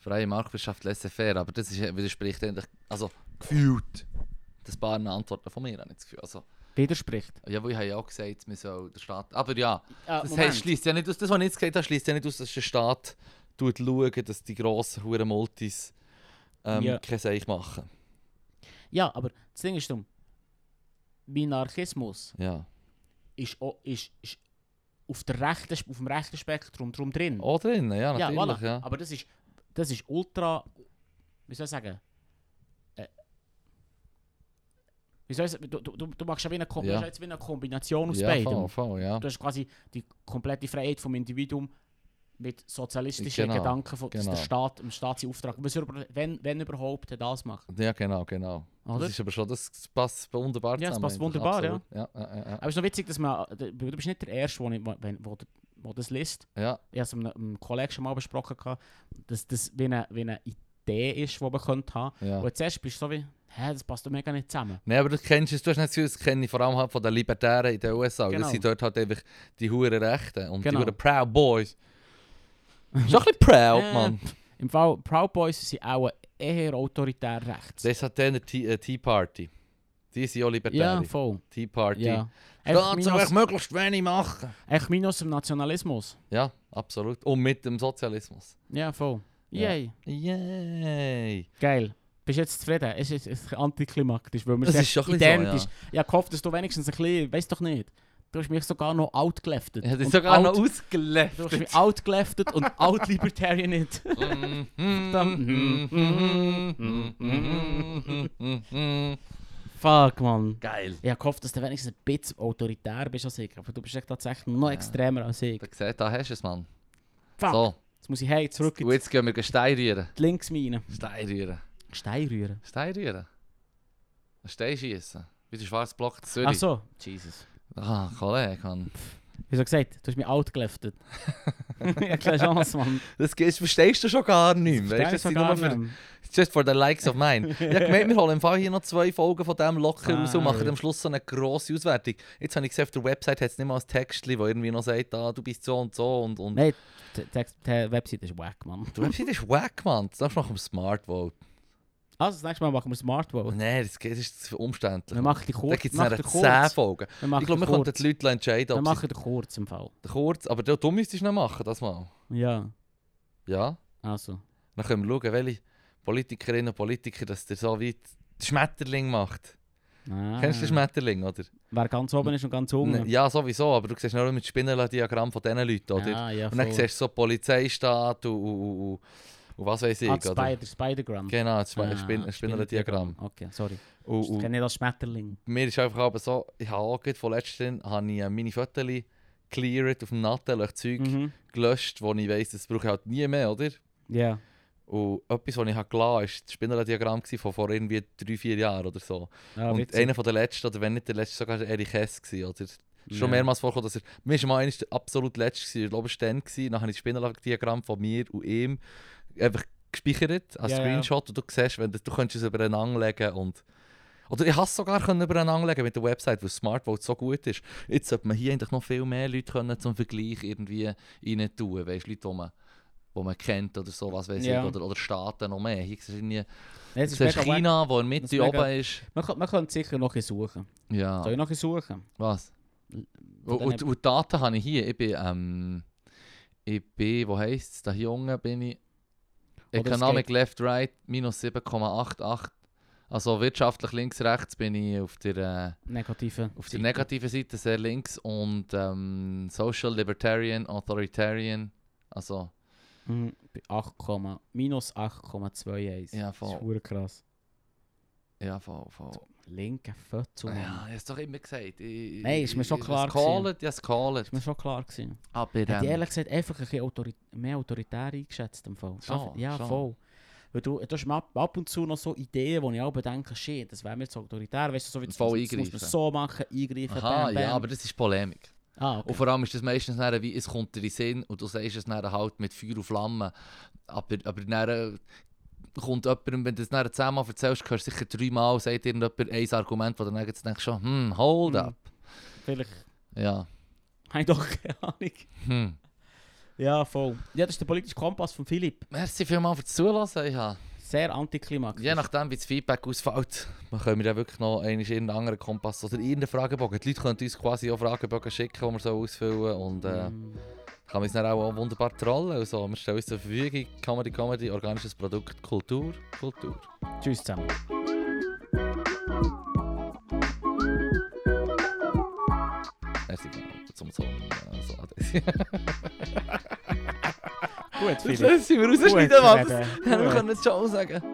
Freie Marktwirtschaft laissez-faire, aber das ist, widerspricht eigentlich, also gefühlt, das paar Antworten von mir, habe ich das Gefühl. Also,
Widerspricht.
ja, wo ich habe ja auch gesagt, wir sollen der Staat, aber ja,
Äh,
das
Moment.
heißt, schließt ja nicht aus, das, was ich jetzt gesagt habe, schließt ja nicht aus, dass der Staat tut schauen, dass die grossen Huren Multis ähm,
Ja.
kein Seich machen.
Ja, aber das Ding ist darum, Minarchismus
Ja.
ist, auch, ist, ist auf, der rechten, auf dem rechten Spektrum drum drin.
Auch drin, ja,
ja,
natürlich.
voilà.
Ah, ja.
Aber das ist, das ist ultra. Wie soll ich sagen? Äh, wie soll ich, sagen? du, du, du du machst ja wie eine, Kom
Ja.
du hast ja jetzt wie eine Kombination aus
ja,
beidem.
voll, voll, ja.
Du hast quasi die komplette Freiheit vom Individuum mit sozialistischen
Genau,
Gedanken, von, dass
genau.
der Staat im Staat seinen Auftrag, was er über- wenn, wenn überhaupt, er das macht.
Ja, genau, genau.
Oder?
Das ist aber schon, das passt wunderbar
Oh, Ja, es
zusammen.
passt
eigentlich,
wunderbar, ja.
absolut. ja. Ja, ja, ja.
Aber es ist noch witzig, dass man, du bist nicht der Erste, wo, ich- wo, wenn- wo, wo das liest.
ja.
Ich habe es mit einem Kollegen schon mal besprochen, gehabt, dass das wie eine, wie eine Idee ist, die man könnte haben.
ja.
Und zuerst bist du so wie, hä, das passt doch mega nicht zusammen.
Nein, aber du kennst es, du hast nicht das Gefühl, das kenne ich vor allem halt von den Libertären in den USA. Genau.
Genau.
Das sind dort halt einfach die huren Rechten und
Genau.
die huren Proud Boys. Ist doch ein bisschen proud,
Äh.
Mann.
Im Fall Proud Boys sind auch eher autoritär rechts.
Das ist halt dann die äh, Tea Party. Die sind auch Libertäre.
Ja, voll.
Tea Party.
Ja. Einfach
Staat soll ich
minus,
möglichst wenig machen.
echt minus im Nationalismus.
Ja, absolut. Und mit dem Sozialismus.
Ja, voll.
Ja.
Yay.
Yay.
Geil. Bist du jetzt zufrieden? Es ist, es ist antiklimaktisch, weil wir
Das
sind
ist schon ein bisschen so,
identisch. Ich habe gehofft, dass du wenigstens ein bisschen, weiß doch nicht, du hast mich sogar noch outgeleftet.
Ich hätte
Und
sogar
out-
noch
Du hast mich
ausgelegt.
outgeleftet und out-libertarian nicht. Fuck, man.
Geil.
Ich habe gehofft, dass du wenigstens ein bisschen autoritär bist als ich, aber du bist echt tatsächlich noch extremer Dus als ich.
Da siehst da hast du es, Mann.
Fuck.
So,
Jetzt muss ich hey, zurück in
und
die
jetzt gehen wir Stein rühren.
Linksmine.
Stein rühren.
Stein rühren.
Stein rühren. Ein Stein schießen. Wie der schwarze Block in Zürich.
Ach so. Jesus.
Ah, Kollege, Mann.
Wie so gesagt, du hast mich outgeleftet. ich habe keine Chance, Mann.
Das, das verstehst du schon gar nicht mehr.
Verstehe
Weißt du,
ich
das sind
sogar
nur für,
nicht.
just for the likes
*laughs*
of mine. Ich habe gemeint, wir holen im Fall hier noch zwei Folgen von dem locker
Ah,
raus und machen
right.
am Schluss so eine grosse Auswertung. Jetzt habe ich gesehen, auf der Website hat es nicht mal ein Textchen, wo irgendwie noch sagt, ah, du bist so und so und... und.
Nein. Die- die- Die Website ist wack, Mann.
Die Website ist wack, Mann. Das darfst du machen im Smart Vote.
Also, das nächste Mal machen wir Smart Vote.
Nein, das, das ist zu
Wir
umständlich.
machen die kurz.
Da gibt es
mach
nachher
die
10
kurz.
Folgen.
Wir machen
Ich glaube,
die
wir
kurz.
könnten die Leute entscheiden,
Wir
ob sie
machen die kurz im Fall.
kurz... Aber du, du müsstest noch machen, das mal.
Ja.
Ja.
Also.
Dann können wir schauen, welche Politikerinnen und Politiker, dass der so weit den Schmetterling macht.
Ah.
Kennst du den Schmetterling, oder?
Wer ganz oben ist und ganz unten.
Ja, sowieso, aber du siehst nur mit Spinnendiagramm von diesen Leuten, oder?
Ah, ja,
und dann
voll.
siehst du so Polizeistaat und, und, und, und, und was weiß ich,
Ah,
oder?
Spider, Spider-Gram.
Genau, das
Ah,
Spin Spinnendiagramm.
Okay, sorry. Dus
Und,
Ich kenne
und
nicht als Schmetterling.
mir ist einfach aber so, ich habe auch gerade von letztem habe ich äh, meine Fotos cleared auf dem Nattel, ich Zeug
Mhm.
gelöscht, wo ich weiss, das brauche ich halt nie mehr, oder?
Ja.
Und etwas, was ich habe gelassen habe, war das Spinnendiagramm von vor irgendwie drei, vier Jahren oder so.
Ah,
und
witzig.
einer von den letzten, oder wenn nicht der letzte, sogar Erich Hess, gewesen, oder? Ist Schon
Ja.
mehrmals vorgekommen, dass er. Mir war mal eines der absolut letzte, gewesen, ich glaube, es war dann. gewesen. Dann habe ich das Spinnendiagramm von mir und ihm einfach gespeichert als
Ja, ja.
Screenshot. Und du siehst, wenn das, du könntest es übereinander legen und Oder ich hasse es sogar können über einen anlegen mit der Website, weil Smartvote so gut ist. Jetzt sollte man hier eigentlich noch viel mehr Leute können zum Vergleich irgendwie rein tun. Weißt du, Leute, die man, die man kennt oder so, was weiß
Ja.
ich, oder, oder Staaten noch mehr. Hier siehst du irgendwie,
Jetzt
du
mega
siehst
wack.
China, wo in der
Das
Mitte
ist mega-
oben ist.
Man, kann- man könnte sicher noch ein bisschen suchen. Soll
Nou. Ja,
ich noch ein bisschen suchen?
was?
Von
Und, und,
diesen-
und die Daten habe ich hier. Ich bin, ähm, ich bin, wo heisst es, da hier unten bin ich.
Oder es
Economic
geht-
Left Right minus 7,88. Also wirtschaftlich links rechts bin ich auf der... Äh,
Negative.
Auf der negativen Seite sehr links und ähm, Social, Libertarian, Authoritarian. Also,
Mhm, bei 8, minus 8,21.
ja,
Das ist
voll.
verdammt krass.
Ja, voll, voll.
Linke Fötzung.
Ah, Ja, ich hab's doch immer gesagt. Ich,
Nein, ist mir schon klar
Called, ja, es
Das war mir schon klar. Gewesen.
Aber
Ich hätte ich
ähm,
ehrlich gesagt einfach ein bisschen autori mehr autoritär eingeschätzt. Im Fall.
Schon,
Einfach- ja,
schon.
voll. Weil du, du hast ab, ab und zu noch so Ideen, wo ich auch denke, shit, das wäre mir zu autoritär. Weißt du, so wie das,
Voll
das muss man
eingreifen.
so machen, eingreifen.
aha,
bam,
ja,
bam.
aber das ist Polemik.
Ah,
Und
okay.
vor allem ist das meistens dann wie, es kommt dir in den Sinn und du sagst es dann halt mit Feuer und Flamme. Aber, aber dann kommt jemand, wenn du es dann zehnmal erzählst, hörst du sicher dreimal, sagt irgendjemand ein Argument, wo du dann jetzt denkst, schon, hm, hold
Hm.
up.
*laughs* Vielleicht
Ja,
habe ich doch keine Ahnung.
hm.
Ja, voll. Ja, das ist der politische Kompass von Philipp.
Merci vielmals fürs Zulassen. Ja.
Sehr antiklimaktisch.
Je nachdem, wie das Feedback ausfällt, dann können wir dann wirklich noch einmal irgendeinen anderen Kompass oder irgendeinen Fragebogen. Die Leute können uns quasi auch Fragebogen schicken, die wir so ausfüllen. Und äh,
Mm.
kann man uns dann auch wunderbar trollen. und so. wir stellen uns zur Verfügung. Comedy, Comedy, organisches Produkt, Kultur, Kultur.
Tschüss zusammen.
Merci vielmals zum Song. Also,
Gut,
das
Philipp.
lassen wir
Gut,
rausschneiden, Mann. Das
Rebe.
hätten wir
Gut.
können jetzt schon sagen.